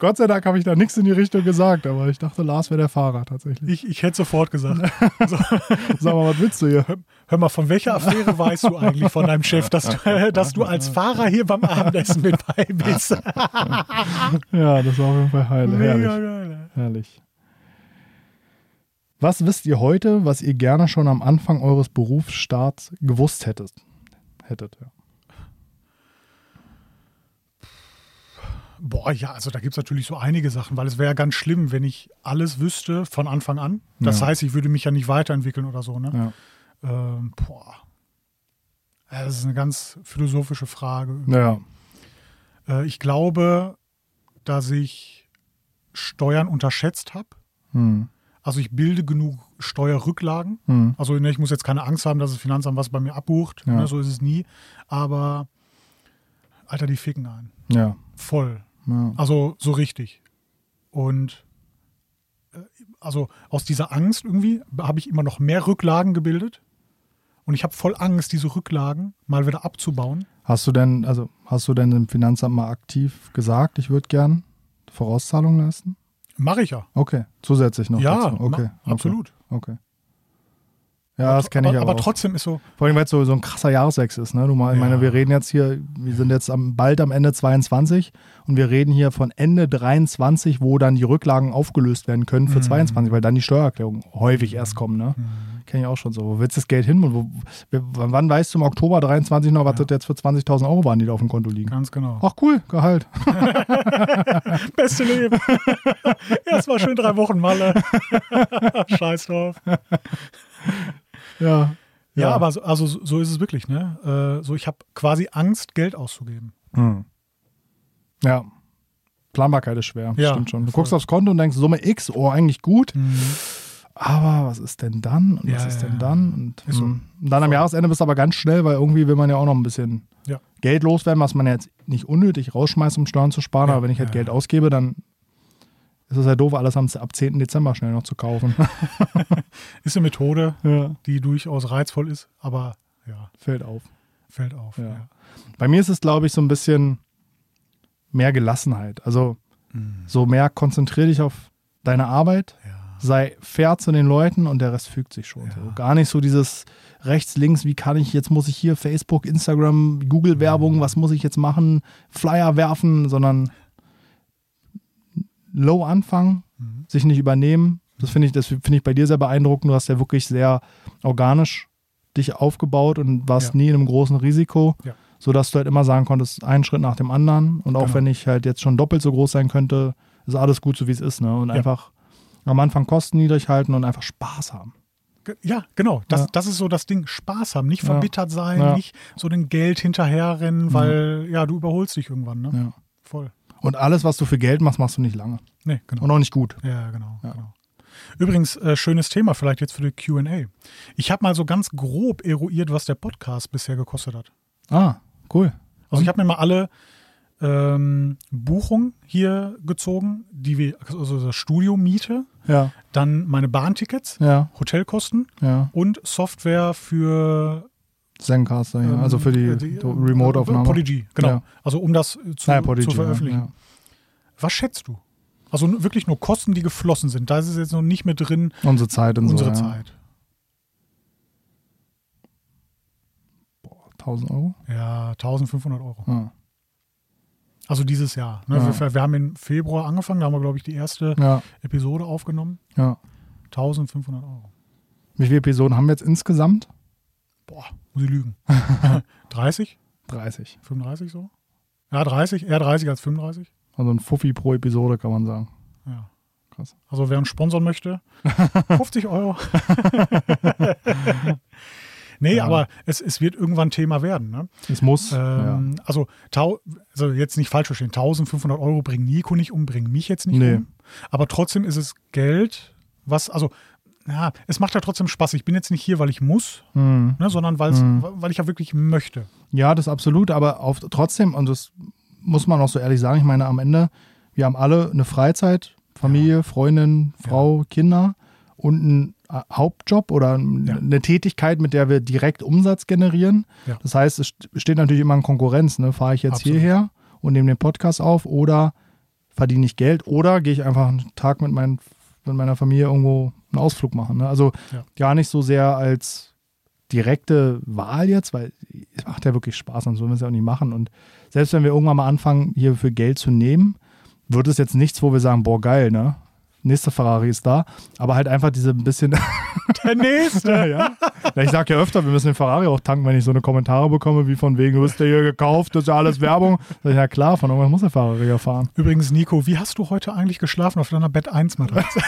[SPEAKER 2] Gott sei Dank habe ich da nichts in die Richtung gesagt, aber ich dachte, Lars wäre der Fahrer tatsächlich.
[SPEAKER 1] Ich, ich hätte sofort gesagt. So,
[SPEAKER 2] Sag mal, was willst du hier?
[SPEAKER 1] hör, hör mal, von welcher Affäre weißt du eigentlich von deinem Chef, dass du, dass du als Fahrer hier beim Abendessen mit bei bist?
[SPEAKER 2] Ja, das war auf jeden Fall heile.
[SPEAKER 1] Mega
[SPEAKER 2] Herrlich.
[SPEAKER 1] geil.
[SPEAKER 2] herrlich. Was wisst ihr heute, was ihr gerne schon am Anfang eures Berufsstarts gewusst hättet? Hättet, ja.
[SPEAKER 1] Boah, ja, also da gibt es natürlich so einige Sachen, weil es wäre ja ganz schlimm, wenn ich alles wüsste von Anfang an. Das
[SPEAKER 2] Ja.
[SPEAKER 1] heißt, ich würde mich ja nicht weiterentwickeln oder so. Ne?
[SPEAKER 2] Ja,
[SPEAKER 1] Ähm, boah. Ja, Das ist eine ganz philosophische Frage.
[SPEAKER 2] ja.
[SPEAKER 1] Äh, ich glaube, dass ich Steuern unterschätzt habe.
[SPEAKER 2] Hm.
[SPEAKER 1] Also ich bilde genug Steuerrücklagen.
[SPEAKER 2] Hm.
[SPEAKER 1] Also ne, ich muss jetzt keine Angst haben, dass das Finanzamt was bei mir abbucht.
[SPEAKER 2] Ja.
[SPEAKER 1] Ne, so ist es nie. Aber Alter, die ficken ein.
[SPEAKER 2] ja.
[SPEAKER 1] Voll.
[SPEAKER 2] ja.
[SPEAKER 1] Also so richtig. Und äh, also aus dieser Angst irgendwie habe ich immer noch mehr Rücklagen gebildet. Und ich habe voll Angst, diese Rücklagen mal wieder abzubauen.
[SPEAKER 2] Hast du denn, also hast du denn dem Finanzamt mal aktiv gesagt, ich würde gern Vorauszahlungen leisten?
[SPEAKER 1] Mache ich ja.
[SPEAKER 2] Okay, zusätzlich noch.
[SPEAKER 1] ja,
[SPEAKER 2] dazu. okay.
[SPEAKER 1] ma- absolut.
[SPEAKER 2] Okay. okay. Ja, das kenne ich aber.
[SPEAKER 1] aber.
[SPEAKER 2] auch.
[SPEAKER 1] trotzdem ist so,
[SPEAKER 2] Vor allem, weil es so, so ein krasser Jahreswechsel ist. Ne? Du mal, ich
[SPEAKER 1] Ja.
[SPEAKER 2] meine, wir reden jetzt hier, wir sind jetzt am, bald am Ende 22 und wir reden hier von Ende 23, wo dann die Rücklagen aufgelöst werden können
[SPEAKER 1] Mhm.
[SPEAKER 2] für 22, weil dann die Steuererklärungen häufig erst kommen. Ne? Kenne ich auch schon so. Wo willst du das Geld hin? Und wo, w- wann weißt du im Oktober 23 noch, was
[SPEAKER 1] Ja.
[SPEAKER 2] das jetzt für 20.000 Euro waren, die da auf dem Konto liegen?
[SPEAKER 1] ganz genau.
[SPEAKER 2] Ach cool, Gehalt.
[SPEAKER 1] Beste Leben. Erstmal schön drei Wochen Malle. Scheiß drauf.
[SPEAKER 2] Ja.
[SPEAKER 1] Ja, aber so, also so so ist es wirklich, ne? Äh, so, ich habe quasi Angst, Geld auszugeben.
[SPEAKER 2] Hm. Ja. Planbarkeit ist schwer,
[SPEAKER 1] Ja,
[SPEAKER 2] stimmt schon. Du
[SPEAKER 1] voll.
[SPEAKER 2] guckst aufs Konto und denkst, Summe X, oh, eigentlich gut. aber was ist denn dann und was
[SPEAKER 1] Ja,
[SPEAKER 2] ist
[SPEAKER 1] ja,
[SPEAKER 2] denn
[SPEAKER 1] ja.
[SPEAKER 2] dann? Und,
[SPEAKER 1] Ist so.
[SPEAKER 2] mh. und dann am Jahresende bist du aber ganz schnell, weil irgendwie will man ja auch noch ein bisschen
[SPEAKER 1] Ja.
[SPEAKER 2] Geld loswerden, was man ja jetzt nicht unnötig rausschmeißt, um Steuern zu sparen.
[SPEAKER 1] Ja,
[SPEAKER 2] aber wenn ich halt
[SPEAKER 1] ja,
[SPEAKER 2] Geld
[SPEAKER 1] ja.
[SPEAKER 2] ausgebe, dann ist es ja doof, alles am, ab 10. Dezember schnell noch zu kaufen.
[SPEAKER 1] Ist eine Methode,
[SPEAKER 2] ja.
[SPEAKER 1] die durchaus reizvoll ist, aber ja,
[SPEAKER 2] Fällt auf.
[SPEAKER 1] fällt auf.
[SPEAKER 2] Ja.
[SPEAKER 1] Ja.
[SPEAKER 2] Bei mir ist es, glaube ich, so ein bisschen mehr Gelassenheit. Also
[SPEAKER 1] Mhm.
[SPEAKER 2] so mehr konzentrier dich auf deine Arbeit,
[SPEAKER 1] Ja.
[SPEAKER 2] sei fair zu den Leuten und der Rest fügt sich schon.
[SPEAKER 1] Ja.
[SPEAKER 2] So. Gar nicht so dieses rechts, links, wie kann ich, jetzt muss ich hier Facebook, Instagram, Google-Werbung, was muss ich jetzt machen, Flyer werfen, sondern low anfangen,
[SPEAKER 1] Mhm.
[SPEAKER 2] sich nicht übernehmen. Das finde ich, das finde ich bei dir sehr beeindruckend. Du hast ja wirklich sehr organisch dich aufgebaut und warst
[SPEAKER 1] Ja.
[SPEAKER 2] nie in einem großen Risiko,
[SPEAKER 1] Ja.
[SPEAKER 2] sodass du halt immer sagen konntest, einen Schritt nach dem anderen. Und auch
[SPEAKER 1] Genau.
[SPEAKER 2] wenn ich halt jetzt schon doppelt so groß sein könnte, ist alles gut so wie es ist. Ne? Und
[SPEAKER 1] Ja.
[SPEAKER 2] einfach am Anfang Kosten niedrig halten und einfach Spaß haben.
[SPEAKER 1] Ge- Ja, genau. Das,
[SPEAKER 2] Ja.
[SPEAKER 1] das ist so das Ding. Spaß haben, nicht
[SPEAKER 2] Ja.
[SPEAKER 1] verbittert sein,
[SPEAKER 2] Ja. Mhm.
[SPEAKER 1] nicht so dem Geld hinterherrennen, weil ja, du überholst dich irgendwann, ne?
[SPEAKER 2] Ja.
[SPEAKER 1] Voll.
[SPEAKER 2] Und alles, was du für Geld machst, machst du nicht lange.
[SPEAKER 1] Nee, genau.
[SPEAKER 2] Und auch nicht gut.
[SPEAKER 1] Ja, genau.
[SPEAKER 2] Ja.
[SPEAKER 1] genau. Übrigens, äh, schönes Thema vielleicht jetzt für die QA. Ich habe mal so ganz grob eruiert, was der Podcast bisher gekostet hat.
[SPEAKER 2] Ah, cool.
[SPEAKER 1] Also ich habe mir mal alle ähm, Buchungen hier gezogen, die wir, also das Studio miete,
[SPEAKER 2] Ja,
[SPEAKER 1] dann meine Bahntickets,
[SPEAKER 2] ja,
[SPEAKER 1] Hotelkosten
[SPEAKER 2] ja.
[SPEAKER 1] und Software für
[SPEAKER 2] Zencaster, ja.
[SPEAKER 1] ähm,
[SPEAKER 2] Also für die, Remote-Aufnahme.
[SPEAKER 1] Polygy, genau.
[SPEAKER 2] Ja.
[SPEAKER 1] Also um das äh, zu,
[SPEAKER 2] Ah, ja, Polygy,
[SPEAKER 1] zu
[SPEAKER 2] ja,
[SPEAKER 1] veröffentlichen.
[SPEAKER 2] ja.
[SPEAKER 1] Was schätzt du? Also n- wirklich nur Kosten, die geflossen sind. Da ist es jetzt noch nicht mit drin,
[SPEAKER 2] Unsere Zeit und
[SPEAKER 1] unsere
[SPEAKER 2] so.
[SPEAKER 1] Zeit.
[SPEAKER 2] Ja. 1000 Euro?
[SPEAKER 1] Ja, 1500 Euro.
[SPEAKER 2] Ja.
[SPEAKER 1] Also dieses Jahr. Ne?
[SPEAKER 2] Ja.
[SPEAKER 1] Wir, wir haben im Februar angefangen, da haben wir, glaube ich, die erste
[SPEAKER 2] ja,
[SPEAKER 1] Episode aufgenommen.
[SPEAKER 2] ja.
[SPEAKER 1] 1500 Euro.
[SPEAKER 2] Wie viele Episoden haben wir jetzt insgesamt?
[SPEAKER 1] Boah, muss ich lügen. 30?
[SPEAKER 2] 30.
[SPEAKER 1] 35 so? Ja, 30, eher 30 als 35.
[SPEAKER 2] Also ein Fuffi pro Episode, kann man sagen.
[SPEAKER 1] Ja.
[SPEAKER 2] Krass.
[SPEAKER 1] Also wer uns sponsern möchte, 50 Euro. nee,
[SPEAKER 2] Ja.
[SPEAKER 1] aber es, es wird irgendwann Thema werden. Ne?
[SPEAKER 2] Es muss. ja.
[SPEAKER 1] Ähm, also, tau, also jetzt nicht falsch verstehen, 1500 Euro bringen Nico nicht um, bringen mich jetzt nicht
[SPEAKER 2] Nee.
[SPEAKER 1] um. Aber trotzdem ist es Geld, was, also, ja, es macht ja trotzdem Spaß. Ich bin jetzt nicht hier, weil ich muss,
[SPEAKER 2] Hm.
[SPEAKER 1] ne, sondern weil's,
[SPEAKER 2] Mhm.
[SPEAKER 1] weil ich ja wirklich möchte.
[SPEAKER 2] ja, das absolut, aber auf, trotzdem, und das muss man auch so ehrlich sagen, ich meine, am Ende, wir haben alle eine Freizeit, Familie, Freundin, Frau, Kinder und einen äh, Hauptjob oder n-
[SPEAKER 1] Ja.
[SPEAKER 2] eine Tätigkeit, mit der wir direkt Umsatz generieren.
[SPEAKER 1] Ja.
[SPEAKER 2] Das heißt, es st- steht natürlich immer in Konkurrenz. Ne? Fahre ich jetzt
[SPEAKER 1] Absolut.
[SPEAKER 2] hierher und nehme den Podcast auf oder verdiene ich Geld oder gehe ich einfach einen Tag mit, meinen, mit meiner Familie irgendwo einen Ausflug machen. Ne? Also
[SPEAKER 1] Ja.
[SPEAKER 2] gar nicht so sehr als direkte Wahl jetzt, weil es macht ja wirklich Spaß, sonst würden wir es ja auch nicht machen. Und selbst wenn wir irgendwann mal anfangen, hier für Geld zu nehmen, wird es jetzt nichts, wo wir sagen, boah, geil, ne? Nächster Ferrari ist da, aber halt einfach diese ein bisschen,
[SPEAKER 1] Der nächste.
[SPEAKER 2] ja, ja. Na, ich sag ja öfter, wir müssen den Ferrari auch tanken, wenn ich so eine Kommentare bekomme, wie von wegen, du bist ja hier gekauft, das ist ja alles Werbung. Sag ich, Ja klar, von irgendwas muss der Ferrari ja fahren.
[SPEAKER 1] Übrigens, Nico, wie hast du heute eigentlich geschlafen auf deiner Bett 1 Matratze?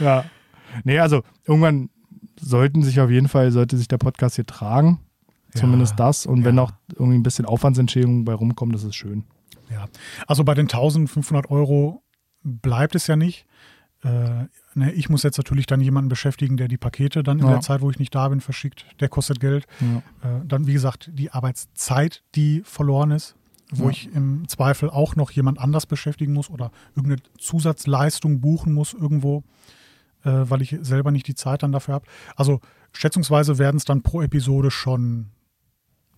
[SPEAKER 2] Ja. Nee, also irgendwann sollten sich auf jeden Fall, sollte sich der Podcast hier tragen.
[SPEAKER 1] Ja.
[SPEAKER 2] Zumindest das. Und wenn
[SPEAKER 1] Ja.
[SPEAKER 2] noch irgendwie ein bisschen Aufwandsentschädigung bei rumkommt, das ist schön.
[SPEAKER 1] Ja, also bei den 1500 Euro bleibt es ja nicht. Äh, ne, ich muss jetzt natürlich dann jemanden beschäftigen, der die Pakete dann in
[SPEAKER 2] Ja.
[SPEAKER 1] der Zeit, wo ich nicht da bin, verschickt. Der kostet Geld.
[SPEAKER 2] Ja.
[SPEAKER 1] Äh, dann, wie gesagt, die Arbeitszeit, die verloren ist, wo
[SPEAKER 2] Ja.
[SPEAKER 1] ich im Zweifel auch noch jemand anders beschäftigen muss oder irgendeine Zusatzleistung buchen muss irgendwo, äh, weil ich selber nicht die Zeit dann dafür habe. Also schätzungsweise werden es dann pro Episode schon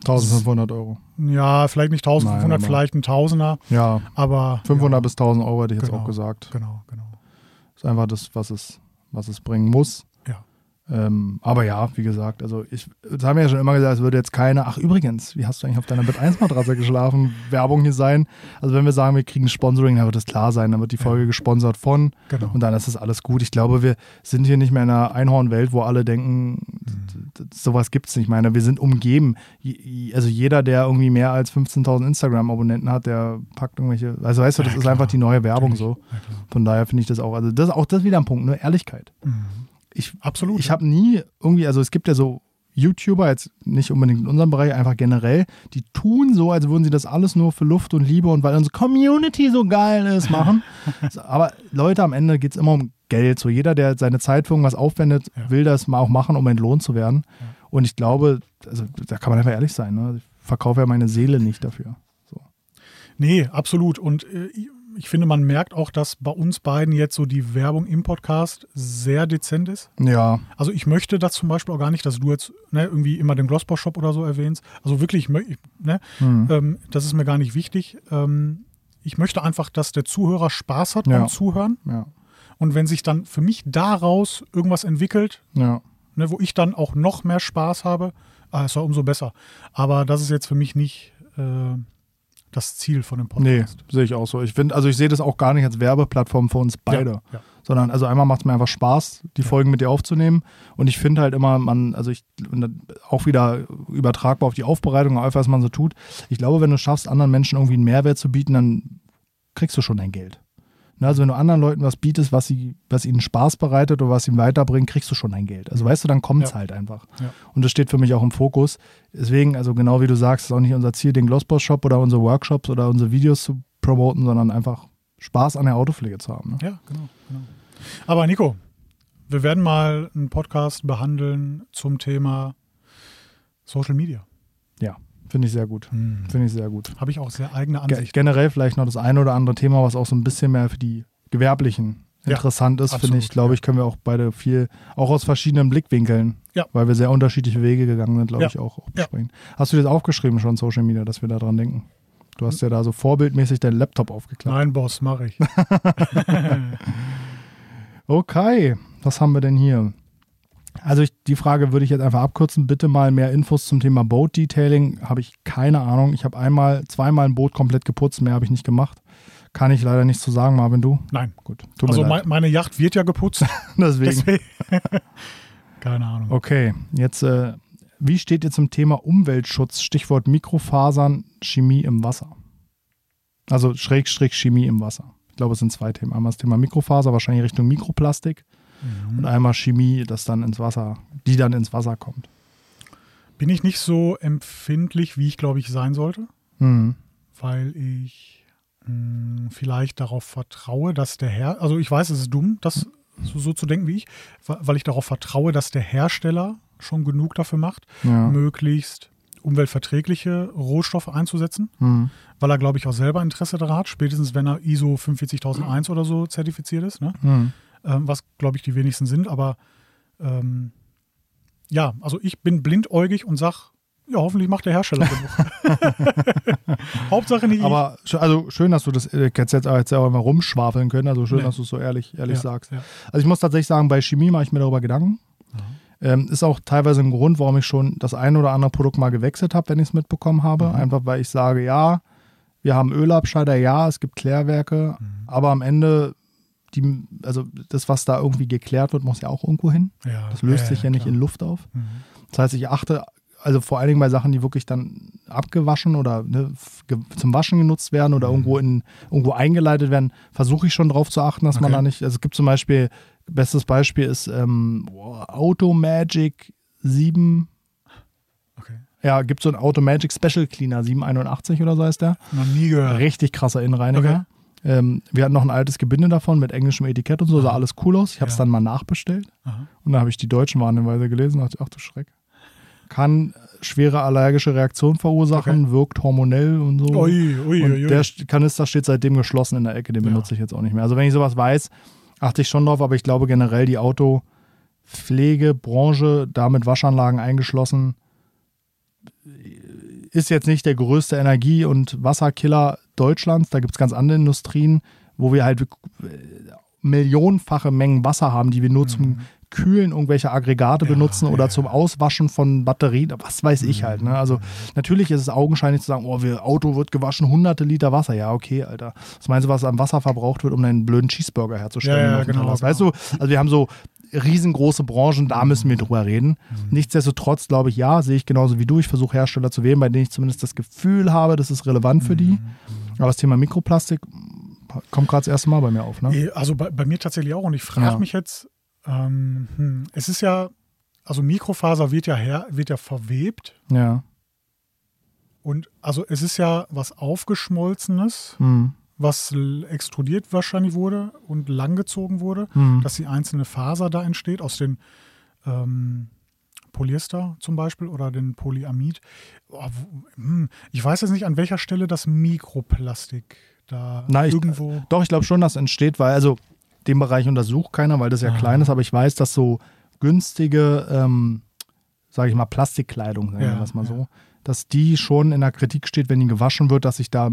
[SPEAKER 2] 1500 Euro.
[SPEAKER 1] Ja, vielleicht nicht 1500,
[SPEAKER 2] Nein, aber-
[SPEAKER 1] vielleicht ein Tausender,
[SPEAKER 2] Ja,
[SPEAKER 1] aber
[SPEAKER 2] 500 bis 1000 Euro hätte ich jetzt
[SPEAKER 1] Genau.
[SPEAKER 2] auch gesagt.
[SPEAKER 1] genau, genau.
[SPEAKER 2] Ist einfach das, was es, was es bringen muss.
[SPEAKER 1] Ja.
[SPEAKER 2] Ähm, aber ja, wie gesagt, also ich, das haben wir ja schon immer gesagt, es würde jetzt keine, ach übrigens, wie hast du eigentlich auf deiner Bett 1 Matratze geschlafen, Werbung hier sein. Also wenn wir sagen, wir kriegen Sponsoring, dann wird das klar sein, dann wird die Folge gesponsert von
[SPEAKER 1] Genau.
[SPEAKER 2] und dann ist das alles gut. Ich glaube, wir sind hier nicht mehr in einer Einhornwelt, wo alle
[SPEAKER 1] Mhm.
[SPEAKER 2] denken, d- d- sowas gibt's nicht. Ich meine, wir sind umgeben. Je- je- Also jeder, der irgendwie mehr als 15.000 Instagram-Abonnenten hat, der packt irgendwelche, also weißt du, das
[SPEAKER 1] Ja,
[SPEAKER 2] ist
[SPEAKER 1] klar.
[SPEAKER 2] einfach die neue Werbung
[SPEAKER 1] Natürlich.
[SPEAKER 2] so.
[SPEAKER 1] Ja, klar.
[SPEAKER 2] Von daher finde ich das auch, also das auch das wieder ein Punkt, ne? Ehrlichkeit.
[SPEAKER 1] Mhm.
[SPEAKER 2] Ich,
[SPEAKER 1] Absolut.
[SPEAKER 2] ich habe nie irgendwie, also es gibt ja so YouTuber, jetzt nicht unbedingt in unserem Bereich, einfach generell, die tun so, als würden sie das alles nur für Luft und Liebe und weil unsere Community so geil ist, machen. So, Aber Leute, am Ende geht es immer um Geld. So jeder, der seine Zeit für irgendwas aufwendet,
[SPEAKER 1] Ja.
[SPEAKER 2] will das mal auch machen, um entlohnt zu werden. Und ich glaube, also da kann man einfach ehrlich sein. Ne? Ich verkaufe ja meine Seele nicht dafür. So.
[SPEAKER 1] Nee, absolut. Und äh, ich finde, man merkt auch, dass bei uns beiden jetzt so die Werbung im Podcast sehr dezent ist.
[SPEAKER 2] Ja,
[SPEAKER 1] Also ich möchte das zum Beispiel auch gar nicht, dass du jetzt ne, irgendwie immer den Glossboss-Shop oder so erwähnst. Also wirklich, ich mö- ich- ne,
[SPEAKER 2] Hm.
[SPEAKER 1] ähm, das ist mir gar nicht wichtig. Ähm, ich möchte einfach, dass der Zuhörer Spaß hat
[SPEAKER 2] Ja.
[SPEAKER 1] beim Zuhören.
[SPEAKER 2] ja,
[SPEAKER 1] Und wenn sich dann für mich daraus irgendwas entwickelt,
[SPEAKER 2] ja.
[SPEAKER 1] ne, wo ich dann auch noch mehr Spaß habe, ah, ist ja umso besser. Aber das ist jetzt für mich nicht äh, das Ziel von dem
[SPEAKER 2] Nee,
[SPEAKER 1] Podcast.
[SPEAKER 2] sehe ich auch so. Ich finde, also ich sehe das auch gar nicht als Werbeplattform für uns beide.
[SPEAKER 1] Ja, ja.
[SPEAKER 2] Sondern, also einmal macht es mir einfach Spaß, die Folgen mit dir aufzunehmen. Und ich finde halt immer, man, also ich, und dann auch wieder übertragbar auf die Aufbereitung, auf was man so tut. Ich glaube, wenn du es schaffst, anderen Menschen irgendwie einen Mehrwert zu bieten, dann kriegst du schon dein Geld. Ne, Also wenn du anderen Leuten was bietest, was, sie, was ihnen Spaß bereitet oder was ihnen weiterbringt, kriegst du schon dein Geld. Also weißt du, dann kommt es
[SPEAKER 1] Ja.
[SPEAKER 2] halt einfach.
[SPEAKER 1] Ja.
[SPEAKER 2] Und das steht für mich auch im Fokus. Deswegen, also genau wie du sagst, ist auch nicht unser Ziel, den Glossboss-Shop oder unsere Workshops oder unsere Videos zu promoten, sondern einfach Spaß an der Autopflege zu haben. Ne?
[SPEAKER 1] Ja, genau, genau. Aber Nico, wir werden mal einen Podcast behandeln zum Thema Social Media.
[SPEAKER 2] Ja, finde ich sehr gut. Finde ich sehr gut.
[SPEAKER 1] Habe ich auch sehr eigene
[SPEAKER 2] Ge
[SPEAKER 1] Ansicht.
[SPEAKER 2] generell vielleicht noch das eine oder andere Thema, was auch so ein bisschen mehr für die Gewerblichen
[SPEAKER 1] Ja,
[SPEAKER 2] interessant ist, finde
[SPEAKER 1] absolut,
[SPEAKER 2] ich. Glaube ich, können wir auch beide viel, auch aus verschiedenen Blickwinkeln,
[SPEAKER 1] Ja.
[SPEAKER 2] weil wir sehr unterschiedliche Wege gegangen sind, glaube
[SPEAKER 1] Ja.
[SPEAKER 2] ich, auch, auch
[SPEAKER 1] Ja.
[SPEAKER 2] besprechen. Hast du das aufgeschrieben schon, Social Media, dass wir da dran denken? Du hast ja da so vorbildmäßig deinen Laptop aufgeklappt.
[SPEAKER 1] Nein, Boss, mache ich.
[SPEAKER 2] Okay, was haben wir denn hier? Also ich, die Frage würde ich jetzt einfach abkürzen. Bitte mal mehr Infos zum Thema Boat Detailing. Habe ich keine Ahnung. Ich habe einmal, zweimal ein Boot komplett geputzt, mehr habe ich nicht gemacht. Kann ich leider nichts zu sagen, Marvin, du?
[SPEAKER 1] Nein.
[SPEAKER 2] Gut, tut
[SPEAKER 1] also
[SPEAKER 2] mir
[SPEAKER 1] mei-
[SPEAKER 2] leid.
[SPEAKER 1] meine Yacht wird ja geputzt.
[SPEAKER 2] Deswegen.
[SPEAKER 1] Deswegen. Keine Ahnung.
[SPEAKER 2] Okay, jetzt, äh, wie steht ihr zum Thema Umweltschutz? Stichwort Mikrofasern, Chemie im Wasser. Also Schrägstrich Chemie im Wasser. Ich glaube, es sind zwei Themen. Einmal das Thema Mikrofaser, wahrscheinlich Richtung Mikroplastik.
[SPEAKER 1] Mhm.
[SPEAKER 2] Und einmal Chemie, das dann ins Wasser, die dann ins Wasser kommt.
[SPEAKER 1] Bin ich nicht so empfindlich, wie ich glaube ich sein sollte,
[SPEAKER 2] Mhm.
[SPEAKER 1] weil ich mh, vielleicht darauf vertraue, dass der Herr, also ich weiß, es ist dumm, das so, so zu denken wie ich, wa- weil ich darauf vertraue, dass der Hersteller schon genug dafür macht,
[SPEAKER 2] Ja.
[SPEAKER 1] möglichst umweltverträgliche Rohstoffe einzusetzen,
[SPEAKER 2] Mhm.
[SPEAKER 1] weil er glaube ich auch selber Interesse daran hat, spätestens wenn er ISO 45001 oder so zertifiziert ist, ne?
[SPEAKER 2] Mhm.
[SPEAKER 1] ähm, was glaube ich die wenigsten sind, aber ähm, ja, also ich bin blindäugig und sag, ja, hoffentlich macht der Hersteller genug. Hauptsache nicht. ich.
[SPEAKER 2] Aber sch- also schön, dass du das äh, jetzt, jetzt, auch- jetzt auch immer rumschwafeln können. Also schön,
[SPEAKER 1] Nee.
[SPEAKER 2] dass du es so ehrlich, ehrlich
[SPEAKER 1] Ja,
[SPEAKER 2] sagst.
[SPEAKER 1] ja.
[SPEAKER 2] Also ich muss tatsächlich sagen, bei Chemie mache ich mir darüber Gedanken. Ähm, ist auch teilweise ein Grund, warum ich schon das ein oder andere Produkt mal gewechselt habe, wenn ich es mitbekommen habe. Einfach weil ich sage, ja, wir haben Ölabscheider, ja, es gibt Klärwerke, aber am Ende, die, also das, was da irgendwie geklärt wird, muss ja auch irgendwo hin.
[SPEAKER 1] Ja,
[SPEAKER 2] Das löst sich ja nicht
[SPEAKER 1] klar.
[SPEAKER 2] in Luft auf.
[SPEAKER 1] Mhm.
[SPEAKER 2] Das heißt, ich achte also vor allen Dingen bei Sachen, die wirklich dann abgewaschen oder ne, f- ge- zum Waschen genutzt werden
[SPEAKER 1] Mhm.
[SPEAKER 2] oder irgendwo in irgendwo eingeleitet werden, versuche ich schon darauf zu achten, dass man
[SPEAKER 1] Okay.
[SPEAKER 2] da nicht. Also es gibt zum Beispiel bestes Beispiel ist ähm, boah, Automagic 7.
[SPEAKER 1] Okay.
[SPEAKER 2] Ja, gibt so ein Automagic Special Cleaner 781 oder so heißt der.
[SPEAKER 1] Noch nie gehört.
[SPEAKER 2] Richtig krasser Innenreiniger. Ähm, wir hatten noch ein altes Gebinde davon mit englischem Etikett und so, sah alles cool aus. Ich habe es
[SPEAKER 1] Mhm. Ja.
[SPEAKER 2] dann mal nachbestellt.
[SPEAKER 1] Aha.
[SPEAKER 2] Und da habe ich die deutschen Warnhinweise gelesen und dachte, ach du Schreck. Kann schwere allergische Reaktionen verursachen, wirkt hormonell und so.
[SPEAKER 1] Ui, ui,
[SPEAKER 2] Oh. und
[SPEAKER 1] ui, ui.
[SPEAKER 2] der St- Kanister steht seitdem geschlossen in der Ecke, den
[SPEAKER 1] Ja.
[SPEAKER 2] benutze ich jetzt auch nicht mehr. Also wenn ich sowas weiß, achte ich schon drauf, aber ich glaube generell die Autopflegebranche, damit Waschanlagen eingeschlossen, ist jetzt nicht der größte Energie- und Wasserkiller Deutschlands. Da gibt es ganz andere Industrien, wo wir halt millionenfache Mengen Wasser haben, die wir nur mhm. zum Kühlen irgendwelche Aggregate ja, benutzen oder ja. zum Auswaschen von Batterien, was weiß ich halt. Ne? Also natürlich ist es augenscheinlich zu sagen, oh, wir Auto wird gewaschen, hunderte Liter Wasser. Ja, okay, Alter. Was meinst du, was am Wasser verbraucht wird, um einen blöden Cheeseburger herzustellen?
[SPEAKER 1] Ja, ja genau,
[SPEAKER 2] genau. Weißt du, also wir haben so riesengroße Branchen, da müssen wir drüber reden. Mhm. Nichtsdestotrotz glaube ich, ja, sehe ich genauso wie du. Ich versuche Hersteller zu wählen, bei denen ich zumindest das Gefühl habe, das ist relevant für die. Aber das Thema Mikroplastik kommt gerade das erste Mal bei mir auf. Ne?
[SPEAKER 1] Also bei, bei mir tatsächlich auch. Und ich frage ja. mich jetzt, ähm, hm, es ist ja, also Mikrofaser wird ja, her, wird ja verwebt.
[SPEAKER 2] Ja.
[SPEAKER 1] Und also es ist ja was Aufgeschmolzenes.
[SPEAKER 2] Mhm
[SPEAKER 1] was extrudiert wahrscheinlich wurde und langgezogen wurde,
[SPEAKER 2] mhm.
[SPEAKER 1] dass die einzelne Faser da entsteht aus den ähm, Polyester zum Beispiel oder den Polyamid. Oh, hm. Ich weiß jetzt nicht, an welcher Stelle das Mikroplastik da
[SPEAKER 2] Na, ich,
[SPEAKER 1] irgendwo.
[SPEAKER 2] Doch, ich glaube schon, dass entsteht, weil also den Bereich untersucht keiner, weil das ja ah. klein ist, aber ich weiß, dass so günstige, ähm, sage ich mal, Plastikkleidung, sagen wir ja, mal ja. so, dass die schon in der Kritik steht, wenn die gewaschen wird, dass sich da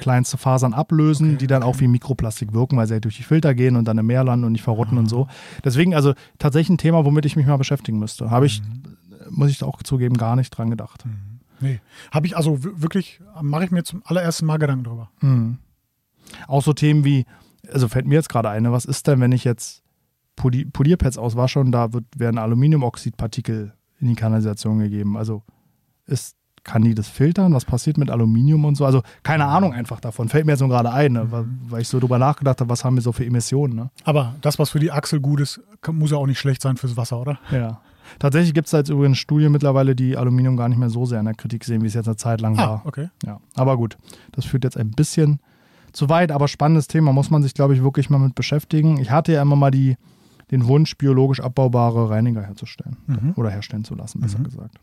[SPEAKER 2] kleinste Fasern ablösen, okay, die dann okay. auch wie Mikroplastik wirken, weil sie halt durch die Filter gehen und dann im Meer landen und nicht verrotten ja. und so. Deswegen, also tatsächlich ein Thema, womit ich mich mal beschäftigen müsste. Habe ich, mhm. muss ich auch zugeben, gar nicht dran gedacht.
[SPEAKER 1] Mhm. Nee. Habe ich also wirklich, mache ich mir zum allerersten Mal Gedanken drüber.
[SPEAKER 2] Mhm. Auch so Themen wie, also fällt mir jetzt gerade eine, was ist denn, wenn ich jetzt Poli Polierpads auswasche und da wird, werden Aluminiumoxidpartikel in die Kanalisation gegeben? Also ist kann die das filtern? Was passiert mit Aluminium und so? Also keine Ahnung einfach davon. Fällt mir jetzt nur gerade ein, ne? weil ich so drüber nachgedacht habe, was haben wir so für Emissionen. Ne?
[SPEAKER 1] Aber das, was für die Achsel gut ist, muss ja auch nicht schlecht sein fürs Wasser, oder?
[SPEAKER 2] Ja. Tatsächlich gibt es jetzt übrigens Studien mittlerweile, die Aluminium gar nicht mehr so sehr in der Kritik sehen, wie es jetzt eine Zeit lang
[SPEAKER 1] ah,
[SPEAKER 2] war.
[SPEAKER 1] Okay.
[SPEAKER 2] Ja. Aber gut, das führt jetzt ein bisschen zu weit, aber spannendes Thema, muss man sich, glaube ich, wirklich mal mit beschäftigen. Ich hatte ja immer mal die, den Wunsch, biologisch abbaubare Reiniger herzustellen
[SPEAKER 1] mhm.
[SPEAKER 2] oder herstellen zu lassen, besser mhm. gesagt.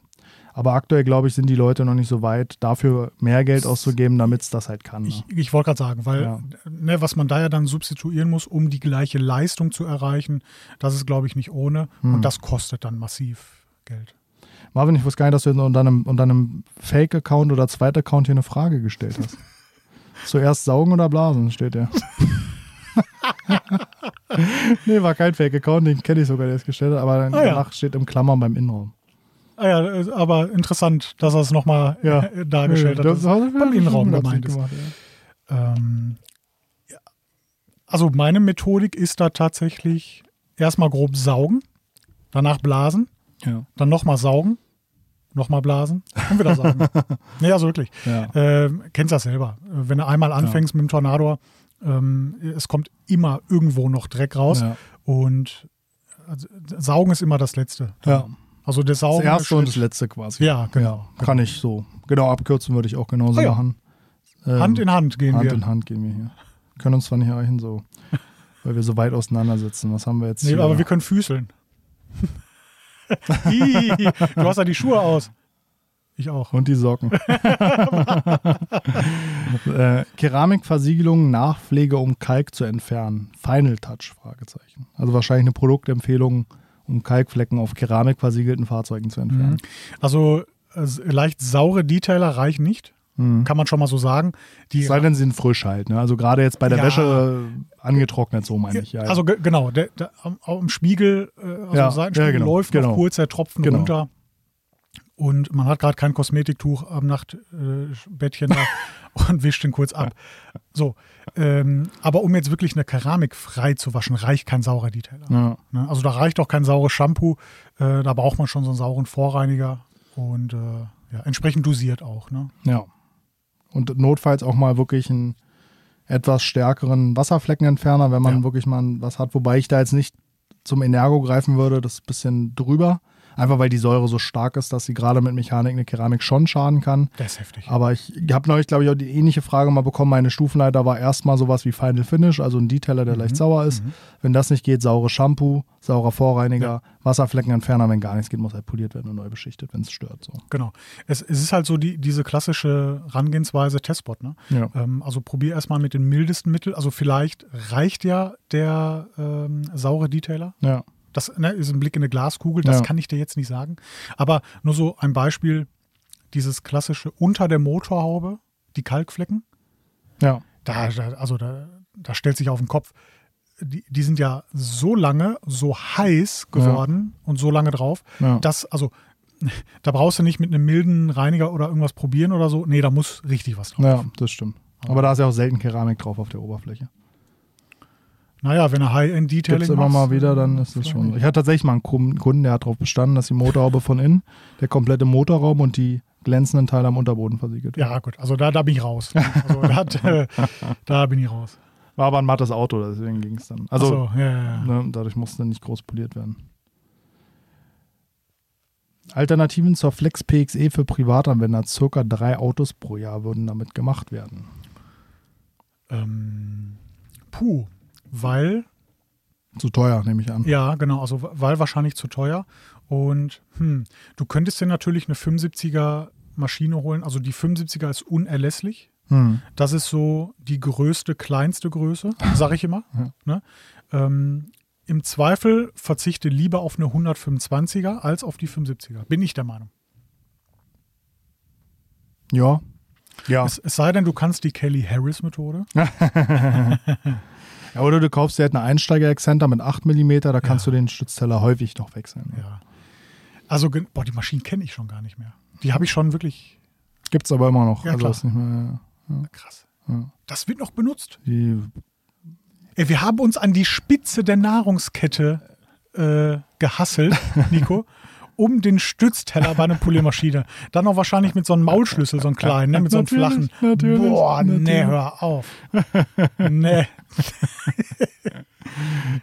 [SPEAKER 2] Aber aktuell, glaube ich, sind die Leute noch nicht so weit, dafür mehr Geld auszugeben, damit es das halt kann. Ne?
[SPEAKER 1] Ich, ich wollte gerade sagen, weil
[SPEAKER 2] ja.
[SPEAKER 1] ne, was man da ja dann substituieren muss, um die gleiche Leistung zu erreichen, das ist, glaube ich, nicht ohne. Hm. Und das kostet dann massiv Geld.
[SPEAKER 2] Marvin, ich wusste gar nicht, dass du unter einem, unter einem Fake-Account oder Zweit-Account hier eine Frage gestellt hast. Zuerst saugen oder blasen, steht ja. nee, war kein Fake-Account, den kenne ich sogar, der es gestellt hat, aber
[SPEAKER 1] ah, ja.
[SPEAKER 2] danach steht im Klammern beim Innenraum.
[SPEAKER 1] Ah ja, aber interessant, dass er es nochmal
[SPEAKER 2] ja.
[SPEAKER 1] dargestellt hat.
[SPEAKER 2] Das
[SPEAKER 1] das beim Innenraum gemeint ist.
[SPEAKER 2] Gemacht,
[SPEAKER 1] ja. Ähm, ja. also meine Methodik ist da tatsächlich erstmal grob saugen, danach blasen,
[SPEAKER 2] ja.
[SPEAKER 1] dann nochmal saugen, nochmal blasen und wieder saugen. nee, also wirklich.
[SPEAKER 2] Ja.
[SPEAKER 1] Ähm, kennst das selber. Wenn du einmal anfängst mit dem Tornado, ähm, es kommt immer irgendwo noch Dreck raus und also, saugen ist immer das Letzte.
[SPEAKER 2] Ja.
[SPEAKER 1] Also das Saugen.
[SPEAKER 2] Das erste und das letzte quasi.
[SPEAKER 1] Ja, genau.
[SPEAKER 2] Ja, kann ich so. Genau, abkürzen würde ich auch genauso ah, ja. machen.
[SPEAKER 1] Ähm, Hand in Hand gehen
[SPEAKER 2] Hand
[SPEAKER 1] wir.
[SPEAKER 2] Hand in Hand gehen wir hier. Können uns zwar nicht erreichen, so, weil wir so weit auseinandersitzen. Was haben wir jetzt?
[SPEAKER 1] Nee,
[SPEAKER 2] hier?
[SPEAKER 1] aber wir können füßeln. du hast ja die Schuhe aus. Ich auch.
[SPEAKER 2] Und die Socken. äh, Keramikversiegelung, Nachpflege, um Kalk zu entfernen. Final Touch? Fragezeichen. Also wahrscheinlich eine Produktempfehlung um Kalkflecken auf Keramik versiegelten Fahrzeugen zu entfernen.
[SPEAKER 1] Also äh, leicht saure Detailer reichen nicht.
[SPEAKER 2] Mhm.
[SPEAKER 1] Kann man schon mal so sagen. Die,
[SPEAKER 2] es sei denn, sie sind frisch halt. Ne? Also gerade jetzt bei der
[SPEAKER 1] Ja.
[SPEAKER 2] Wäsche äh, angetrocknet, so meine ich. Ja, ja.
[SPEAKER 1] also ge- genau, der, der, am, am Spiegel, äh, also
[SPEAKER 2] Ja,
[SPEAKER 1] am Seitenspiegel
[SPEAKER 2] ja, genau,
[SPEAKER 1] läuft noch
[SPEAKER 2] genau.
[SPEAKER 1] kurz der Tropfen
[SPEAKER 2] Genau.
[SPEAKER 1] runter. Und man hat gerade kein Kosmetiktuch am Nachtbettchen da und wischt den kurz ab. So. Ähm, aber um jetzt wirklich eine Keramik frei zu waschen, reicht kein saurer Detailer.
[SPEAKER 2] ja.
[SPEAKER 1] Ne? Also da reicht auch kein saures Shampoo. Äh, da braucht man schon so einen sauren Vorreiniger und äh, ja, entsprechend dosiert auch. Ne?
[SPEAKER 2] ja. Und notfalls auch mal wirklich einen etwas stärkeren Wasserfleckenentferner, wenn man
[SPEAKER 1] Ja.
[SPEAKER 2] wirklich mal was hat. Wobei ich da jetzt nicht zum Energo greifen würde, das ist ein bisschen drüber. Einfach weil die Säure so stark ist, dass sie gerade mit Mechanik eine Keramik schon schaden kann.
[SPEAKER 1] Das ist heftig.
[SPEAKER 2] Aber ich habe neulich, glaube ich, auch die ähnliche Frage mal bekommen. Meine Stufenleiter war erstmal sowas wie Final Finish, also ein Detailer, der leicht sauer ist. Wenn das nicht geht, saures Shampoo, saurer Vorreiniger, Wasserfleckenentferner. Wenn gar nichts geht, muss halt poliert werden und neu beschichtet, wenn es stört. So.
[SPEAKER 1] Genau. Es, es ist halt so die, diese klassische Herangehensweise Testbot. Ne?
[SPEAKER 2] Ja.
[SPEAKER 1] Ähm, also probier erstmal mit den mildesten Mitteln. Also vielleicht reicht ja der ähm, saure Detailer.
[SPEAKER 2] Ja.
[SPEAKER 1] Das ne, ist ein Blick in eine Glaskugel, das
[SPEAKER 2] Ja.
[SPEAKER 1] kann ich dir jetzt nicht sagen. Aber nur so ein Beispiel, dieses klassische unter der Motorhaube, die Kalkflecken.
[SPEAKER 2] Ja.
[SPEAKER 1] Da, da also da, da stellt sich auf den Kopf. Die, die sind ja so lange, so heiß geworden und so lange drauf,
[SPEAKER 2] Ja.
[SPEAKER 1] dass, also da brauchst du nicht mit einem milden Reiniger oder irgendwas probieren oder so. Nee, da muss richtig was drauf.
[SPEAKER 2] ja, das stimmt. Aber da ist ja auch selten Keramik drauf auf der Oberfläche.
[SPEAKER 1] Naja, wenn du High-End-Detailing äh,
[SPEAKER 2] Gibt's immer mal
[SPEAKER 1] machst,
[SPEAKER 2] wieder, dann ist es
[SPEAKER 1] vielleicht
[SPEAKER 2] schon. so.
[SPEAKER 1] nicht.
[SPEAKER 2] Ich hatte tatsächlich mal einen Kum- Kunden, der hat darauf bestanden, dass die Motorhaube von innen, der komplette Motorraum und die glänzenden Teile am Unterboden versiegelt.
[SPEAKER 1] Ja, gut, also da, da bin ich raus. Also, da, äh, da bin ich raus.
[SPEAKER 2] War aber ein mattes Auto, deswegen ging es dann. Also
[SPEAKER 1] Ach so, ja, ja, ja.
[SPEAKER 2] Ne, dadurch musste nicht groß poliert werden. Alternativen zur Flex PXE für Privatanwender. Circa drei Autos pro Jahr würden damit gemacht werden.
[SPEAKER 1] Ähm, puh, weil,
[SPEAKER 2] Zu teuer, nehme ich an.
[SPEAKER 1] ja, genau, also weil wahrscheinlich zu teuer. Und hm, du könntest dir natürlich eine 75er Maschine holen. Also die 75er ist unerlässlich.
[SPEAKER 2] Hm.
[SPEAKER 1] Das ist so die größte, kleinste Größe, sage ich immer.
[SPEAKER 2] Ja.
[SPEAKER 1] Ne? Ähm, Im Zweifel verzichte lieber auf eine 125er als auf die 75er. Bin ich der Meinung.
[SPEAKER 2] Ja. Ja.
[SPEAKER 1] Es, es sei denn, du kannst die Kelly Harris Methode.
[SPEAKER 2] ja. Oder du kaufst dir halt eine Einsteiger-Exzenter mit 8 mm, da kannst
[SPEAKER 1] Ja.
[SPEAKER 2] du den Stützteller häufig noch wechseln.
[SPEAKER 1] Ja. Also, gen- boah, die Maschinen kenne ich schon gar nicht mehr. Die habe ich schon wirklich
[SPEAKER 2] Gibt's aber immer noch.
[SPEAKER 1] Ja,
[SPEAKER 2] also
[SPEAKER 1] klar.
[SPEAKER 2] ist nicht mehr.
[SPEAKER 1] krass.
[SPEAKER 2] Ja.
[SPEAKER 1] Das wird noch benutzt.
[SPEAKER 2] Die,
[SPEAKER 1] Ey, wir haben uns an die Spitze der Nahrungskette äh, gehasselt, Nico, um den Stützteller bei einer Poliermaschine. Dann noch wahrscheinlich mit so einem Maulschlüssel, so einem kleinen, ne, mit so einem flachen.
[SPEAKER 2] Natürlich, natürlich,
[SPEAKER 1] Boah, nee,
[SPEAKER 2] natürlich.
[SPEAKER 1] hör auf. Nee.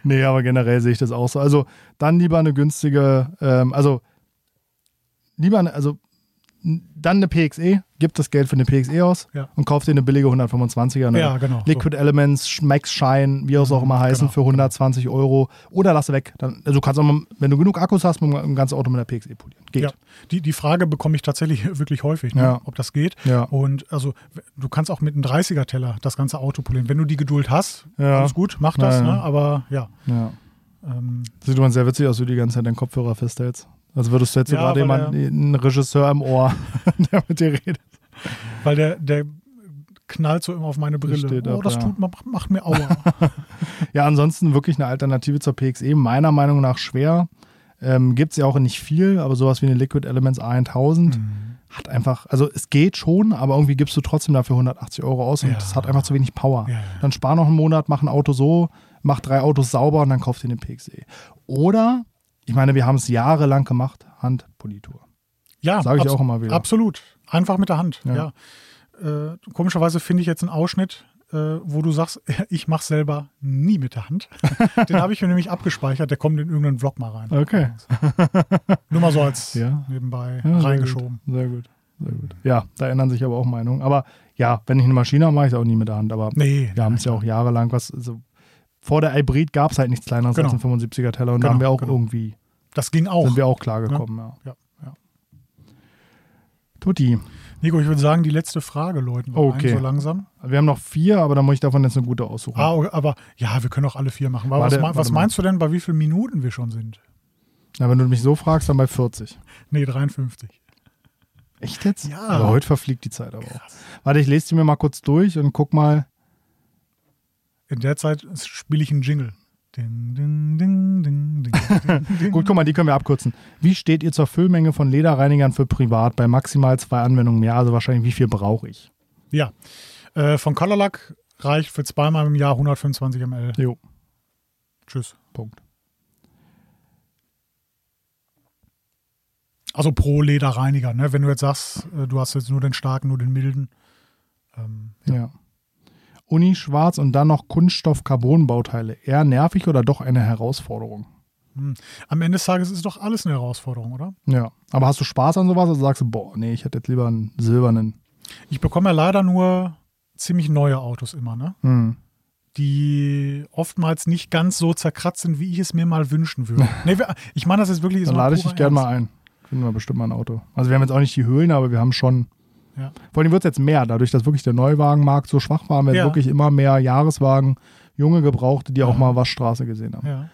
[SPEAKER 2] Nee, aber generell sehe ich das auch so. Also dann lieber eine günstige, ähm, also lieber, eine, also n- dann eine PXE, gib das Geld für eine PXE aus
[SPEAKER 1] Ja.
[SPEAKER 2] und kauf dir eine billige 125er. Ne?
[SPEAKER 1] Ja, genau,
[SPEAKER 2] Liquid Elements, Sch- Max Shine, wie auch es auch immer heißen,
[SPEAKER 1] genau,
[SPEAKER 2] für 120 Euro. Oder lass weg. Dann, also du kannst auch, mal- wenn du genug Akkus hast, mit dem ganzen Auto mit einer PXE E polieren. Geht.
[SPEAKER 1] Ja, die, die Frage bekomme ich tatsächlich wirklich häufig, ne,
[SPEAKER 2] Ja.
[SPEAKER 1] ob das geht.
[SPEAKER 2] Ja.
[SPEAKER 1] Und also w- du kannst auch mit einem 30er-Teller das ganze Auto polieren. Wenn du die Geduld hast,
[SPEAKER 2] Ja.
[SPEAKER 1] alles gut, mach das.
[SPEAKER 2] Ja, ja.
[SPEAKER 1] Ne? Aber ja,
[SPEAKER 2] Ja.
[SPEAKER 1] ähm,
[SPEAKER 2] Sieht man sehr witzig aus, wie du die ganze Zeit deinen Kopfhörer festhältst. Also würdest du jetzt so
[SPEAKER 1] Ja,
[SPEAKER 2] gerade
[SPEAKER 1] weil
[SPEAKER 2] jemanden, einen Regisseur im Ohr, der mit dir redet.
[SPEAKER 1] weil der, der knallt so immer auf meine Brille.
[SPEAKER 2] steht
[SPEAKER 1] oh,
[SPEAKER 2] ab,
[SPEAKER 1] das
[SPEAKER 2] ja.
[SPEAKER 1] tut, macht, macht mir Aua.
[SPEAKER 2] Ja, ansonsten wirklich eine Alternative zur PXE, meiner Meinung nach schwer. Ähm, Gibt es ja auch nicht viel, aber sowas wie eine Liquid Elements A1000
[SPEAKER 1] Mhm.
[SPEAKER 2] hat einfach, also es geht schon, aber irgendwie gibst du trotzdem dafür 180 Euro aus und
[SPEAKER 1] Ja.
[SPEAKER 2] das hat einfach zu wenig Power.
[SPEAKER 1] Ja, ja.
[SPEAKER 2] Dann spar noch einen Monat, mach ein Auto so, mach drei Autos sauber und dann kauf dir eine PXE. Oder, ich meine, wir haben es jahrelang gemacht, Handpolitur.
[SPEAKER 1] Ja,
[SPEAKER 2] Sag ich
[SPEAKER 1] abs-
[SPEAKER 2] auch immer wieder.
[SPEAKER 1] Absolut. Einfach mit der Hand.
[SPEAKER 2] Ja.
[SPEAKER 1] Ja. Äh, komischerweise finde ich jetzt einen Ausschnitt, äh, wo du sagst, ich mache selber nie mit der Hand. Den habe ich mir nämlich abgespeichert. Der kommt in irgendeinen Vlog mal rein.
[SPEAKER 2] Okay.
[SPEAKER 1] Nur mal so als
[SPEAKER 2] Äh, Ja.
[SPEAKER 1] nebenbei
[SPEAKER 2] Ja, sehr
[SPEAKER 1] reingeschoben.
[SPEAKER 2] Gut. Sehr gut. Sehr gut. Ja, da ändern sich aber auch Meinungen. Aber ja, wenn ich eine Maschine habe, mache ich es auch nie mit der Hand. Aber
[SPEAKER 1] Nee,
[SPEAKER 2] Wir haben es ja auch jahrelang was. Also vor der Hybrid gab es halt nichts kleineres
[SPEAKER 1] Genau.
[SPEAKER 2] als einen 75er Teller und da
[SPEAKER 1] Genau,
[SPEAKER 2] haben wir auch
[SPEAKER 1] genau.
[SPEAKER 2] irgendwie
[SPEAKER 1] das ging auch.
[SPEAKER 2] sind wir auch klar gekommen. Ja.
[SPEAKER 1] Ja, ja.
[SPEAKER 2] Tutti.
[SPEAKER 1] Nico, ich würde sagen, die letzte Frage läuten wir
[SPEAKER 2] Okay.
[SPEAKER 1] ein, so langsam.
[SPEAKER 2] Wir haben noch vier, aber dann muss ich davon jetzt eine gute aussuchen.
[SPEAKER 1] Ah, okay, aber ja, wir können auch alle vier machen. Aber
[SPEAKER 2] Warte,
[SPEAKER 1] was, mein- was
[SPEAKER 2] warte mal.
[SPEAKER 1] meinst du denn, bei wie vielen Minuten wir schon sind?
[SPEAKER 2] Na, wenn du mich so fragst, dann bei 40.
[SPEAKER 1] Nee, 53.
[SPEAKER 2] Echt jetzt?
[SPEAKER 1] Ja.
[SPEAKER 2] Aber heute verfliegt die Zeit aber auch. Warte, ich lese die mir mal kurz durch und guck mal.
[SPEAKER 1] In der Zeit spiele ich einen Jingle. Ding, ding, ding, ding, ding, ding, ding.
[SPEAKER 2] Gut, guck mal, die können wir abkürzen. Wie steht ihr zur Füllmenge von Lederreinigern für privat bei maximal zwei Anwendungen mehr? Also wahrscheinlich, wie viel brauche ich?
[SPEAKER 1] Ja. Äh, von Colorlack reicht für zweimal im Jahr 125 ml.
[SPEAKER 2] Jo.
[SPEAKER 1] Tschüss.
[SPEAKER 2] Punkt.
[SPEAKER 1] Also pro Lederreiniger, ne? Wenn du jetzt sagst, äh, du hast jetzt nur den starken, nur den milden. Ähm,
[SPEAKER 2] Ja. Uni schwarz und dann noch Kunststoff-Carbon-Bauteile. Eher nervig oder doch eine Herausforderung?
[SPEAKER 1] hm. Am Ende des Tages ist doch alles eine Herausforderung, oder?
[SPEAKER 2] Ja. Aber hast du Spaß an sowas? Also sagst du, boah, nee, ich hätte jetzt lieber einen silbernen.
[SPEAKER 1] Ich bekomme ja leider nur ziemlich neue Autos immer, ne?
[SPEAKER 2] Hm.
[SPEAKER 1] Die oftmals nicht ganz so zerkratzt sind, wie ich es mir mal wünschen würde. nee, wir- ich meine, das ist wirklich. ist
[SPEAKER 2] Dann
[SPEAKER 1] nur
[SPEAKER 2] lade ich
[SPEAKER 1] purer
[SPEAKER 2] dich gerne
[SPEAKER 1] Ernst.
[SPEAKER 2] mal ein. Finden wir bestimmt mal ein Auto. Also wir haben jetzt auch nicht die Höhlen, aber wir haben schon.
[SPEAKER 1] Ja.
[SPEAKER 2] Vor allem wird es jetzt mehr, dadurch, dass wirklich der Neuwagenmarkt so schwach war, haben wir
[SPEAKER 1] Ja.
[SPEAKER 2] wirklich immer mehr Jahreswagen, junge Gebrauchte, die auch
[SPEAKER 1] Ja.
[SPEAKER 2] mal Waschstraße gesehen haben.
[SPEAKER 1] Ja.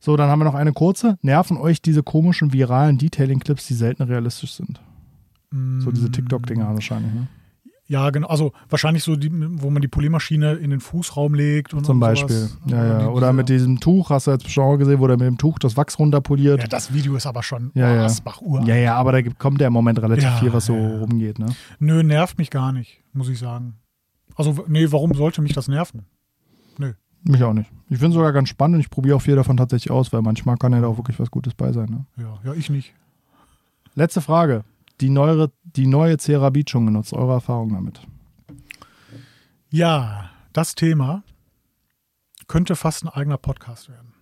[SPEAKER 2] So, dann haben wir noch eine kurze. Nerven euch diese komischen viralen Detailing-Clips, die selten realistisch sind? So diese TikTok-Dinger wahrscheinlich. Ne?
[SPEAKER 1] Mm. Ja, genau. Also wahrscheinlich so, die, wo man die Poliermaschine in den Fußraum legt. Und,
[SPEAKER 2] Zum
[SPEAKER 1] und
[SPEAKER 2] Beispiel.
[SPEAKER 1] Sowas.
[SPEAKER 2] Ja, ja.
[SPEAKER 1] Die-
[SPEAKER 2] Oder
[SPEAKER 1] diese-
[SPEAKER 2] mit diesem Tuch, hast du als Genre gesehen, wo der mit dem Tuch das Wachs runterpoliert.
[SPEAKER 1] Ja, das Video ist aber schon
[SPEAKER 2] Ja, ja.
[SPEAKER 1] Asbach Uhr.
[SPEAKER 2] Ja, ja, aber da gibt- kommt ja im Moment relativ
[SPEAKER 1] Ja,
[SPEAKER 2] viel, was so
[SPEAKER 1] ja, ja.
[SPEAKER 2] rumgeht, ne?
[SPEAKER 1] Nö, nervt mich gar nicht, muss ich sagen. Also, w- nee, warum sollte mich das nerven?
[SPEAKER 2] Mich auch nicht. Ich finde es sogar ganz spannend und ich probiere auch viel davon tatsächlich aus, weil manchmal kann ja da auch wirklich was Gutes bei sein. Ne?
[SPEAKER 1] Ja, ja ich nicht.
[SPEAKER 2] Letzte Frage. Die neuere, die neue Cera Beat schon genutzt, eure Erfahrung damit.
[SPEAKER 1] Ja, das Thema könnte fast ein eigener Podcast werden.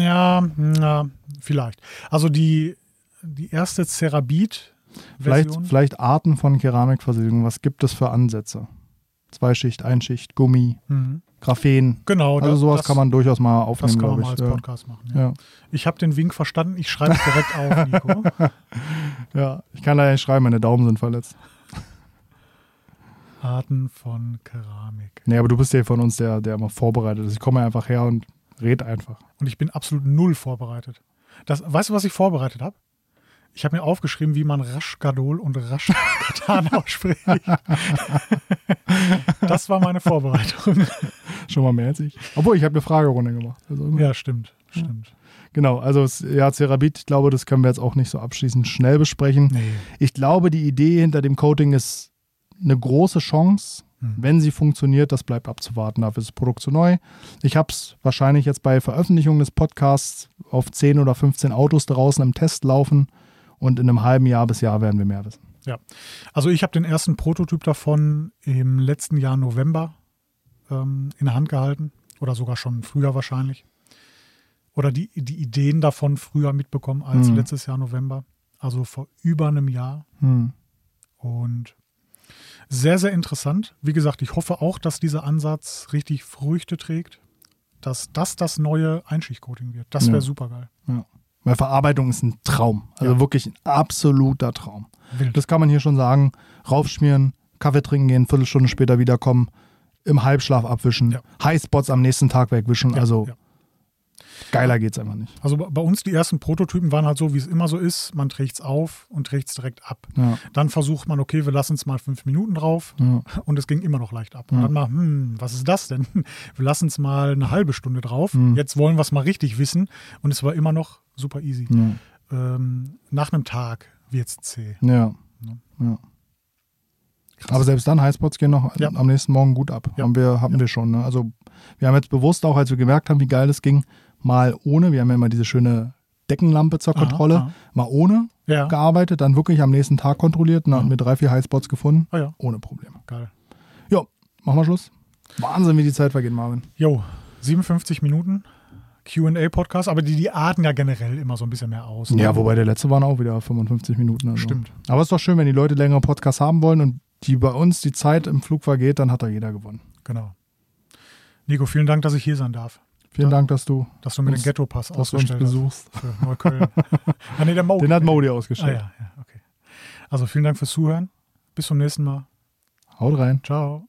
[SPEAKER 1] Ja, na, vielleicht. Also die, die erste
[SPEAKER 2] Vielleicht,
[SPEAKER 1] Cerabit-Version.
[SPEAKER 2] vielleicht Arten von Keramikversiegelung, was gibt es für Ansätze? Zweischicht, Einschicht, Gummi,
[SPEAKER 1] Mhm.
[SPEAKER 2] Graphen.
[SPEAKER 1] Genau.
[SPEAKER 2] Also
[SPEAKER 1] das-
[SPEAKER 2] sowas
[SPEAKER 1] das,
[SPEAKER 2] kann man durchaus mal aufnehmen,
[SPEAKER 1] Das kann man
[SPEAKER 2] glaube
[SPEAKER 1] mal als
[SPEAKER 2] ich.
[SPEAKER 1] Podcast machen. Ja.
[SPEAKER 2] ja.
[SPEAKER 1] Ich habe den Wink verstanden. Ich schreibe es direkt auf, Nico.
[SPEAKER 2] Ja. ja, ich kann leider nicht schreiben, meine Daumen sind verletzt.
[SPEAKER 1] Arten von Keramik.
[SPEAKER 2] Nee, aber du bist ja von uns der, der immer vorbereitet ist. Ich komme einfach her und red einfach.
[SPEAKER 1] Und ich bin absolut null vorbereitet. Das, weißt du, was ich vorbereitet habe? Ich habe mir aufgeschrieben, wie man Raschgadol und Raschkatan ausspricht. das war meine Vorbereitung.
[SPEAKER 2] Schon mal mehr als ich. Obwohl, ich habe eine Fragerunde gemacht. Also immer.
[SPEAKER 1] Ja, stimmt. Stimmt.
[SPEAKER 2] Genau, also es- ja, Cerabit, ich glaube, das können wir jetzt auch nicht so abschließend schnell besprechen.
[SPEAKER 1] Nee.
[SPEAKER 2] Ich glaube, die Idee hinter dem Coating ist eine große Chance.
[SPEAKER 1] Hm.
[SPEAKER 2] Wenn sie funktioniert, das bleibt abzuwarten. Dafür ist das Produkt zu neu. Ich habe es wahrscheinlich jetzt bei Veröffentlichung des Podcasts auf 10 oder 15 Autos draußen im Test laufen. Und in einem halben Jahr bis Jahr werden wir mehr wissen.
[SPEAKER 1] Also ich habe den ersten Prototyp davon im letzten Jahr November ähm, in der Hand gehalten. Oder sogar schon früher wahrscheinlich. Oder die, die Ideen davon früher mitbekommen als
[SPEAKER 2] Hm.
[SPEAKER 1] letztes Jahr November. Also vor über einem Jahr.
[SPEAKER 2] Hm.
[SPEAKER 1] Und sehr, sehr interessant. Wie gesagt, ich hoffe auch, dass dieser Ansatz richtig Früchte trägt, dass das das neue Einschichtcoating wird. Das
[SPEAKER 2] Ja.
[SPEAKER 1] wäre super geil.
[SPEAKER 2] Weil Verarbeitung ist ein Traum. Also
[SPEAKER 1] Ja.
[SPEAKER 2] wirklich ein absoluter Traum.
[SPEAKER 1] Wild.
[SPEAKER 2] Das kann man hier schon sagen. Raufschmieren, Kaffee trinken gehen, Viertelstunde später wiederkommen, im Halbschlaf abwischen,
[SPEAKER 1] Ja.
[SPEAKER 2] Highspots am nächsten Tag wegwischen.
[SPEAKER 1] Ja,
[SPEAKER 2] also
[SPEAKER 1] ja.
[SPEAKER 2] geiler geht's einfach nicht.
[SPEAKER 1] Also bei- bei uns die ersten Prototypen waren halt so, wie es immer so ist. Man trägt es auf und trägt es direkt ab.
[SPEAKER 2] Ja,
[SPEAKER 1] Dann versucht man, okay, wir lassen es mal fünf Minuten drauf
[SPEAKER 2] ja.
[SPEAKER 1] und es ging immer noch leicht ab. Und
[SPEAKER 2] Ja.
[SPEAKER 1] dann mal, hm, was ist das denn? Wir lassen es mal eine halbe Stunde drauf.
[SPEAKER 2] Mhm.
[SPEAKER 1] Jetzt wollen wir es mal richtig wissen und es war immer noch super easy.
[SPEAKER 2] ja.
[SPEAKER 1] Ähm, nach einem Tag wird es zäh.
[SPEAKER 2] ja. ja. Aber selbst dann, Highspots gehen noch
[SPEAKER 1] Ja.
[SPEAKER 2] am nächsten Morgen gut ab.
[SPEAKER 1] Ja.
[SPEAKER 2] Haben wir, hatten wir schon. Ne? Also wir haben jetzt bewusst auch, als wir gemerkt haben, wie geil es ging, mal ohne, wir haben ja immer diese schöne Deckenlampe zur
[SPEAKER 1] Aha,
[SPEAKER 2] Kontrolle,
[SPEAKER 1] aha.
[SPEAKER 2] mal ohne
[SPEAKER 1] Ja.
[SPEAKER 2] gearbeitet, dann wirklich am nächsten Tag kontrolliert und dann hatten wir drei, vier Highspots gefunden.
[SPEAKER 1] Ah ja,
[SPEAKER 2] Ohne Probleme.
[SPEAKER 1] geil.
[SPEAKER 2] Ja, machen wir Schluss. Wahnsinn, wie die Zeit vergeht, Marvin.
[SPEAKER 1] Jo, 57 Minuten QA-Podcast, aber die, die arten ja generell immer so ein bisschen mehr aus. ne?
[SPEAKER 2] Ja, wobei der letzte waren auch wieder 55 Minuten. Also.
[SPEAKER 1] Stimmt.
[SPEAKER 2] Aber ist doch schön, wenn die Leute längere Podcasts haben wollen und die bei uns die Zeit im Flug vergeht, dann hat da jeder gewonnen.
[SPEAKER 1] Genau. Nico, vielen Dank, dass ich hier sein darf.
[SPEAKER 2] Vielen
[SPEAKER 1] Ja.
[SPEAKER 2] Dank, dass du,
[SPEAKER 1] Dass du mir
[SPEAKER 2] Uns-
[SPEAKER 1] den Ghetto-Pass
[SPEAKER 2] dass du uns
[SPEAKER 1] ausgestellt hast.
[SPEAKER 2] besuchst.
[SPEAKER 1] Für Neukölln. ah, nee, der Mo.
[SPEAKER 2] Den hat Modi
[SPEAKER 1] ah,
[SPEAKER 2] ausgestellt.
[SPEAKER 1] ja, ja, okay. Also vielen Dank fürs Zuhören. Bis zum nächsten Mal.
[SPEAKER 2] Haut rein.
[SPEAKER 1] Ciao.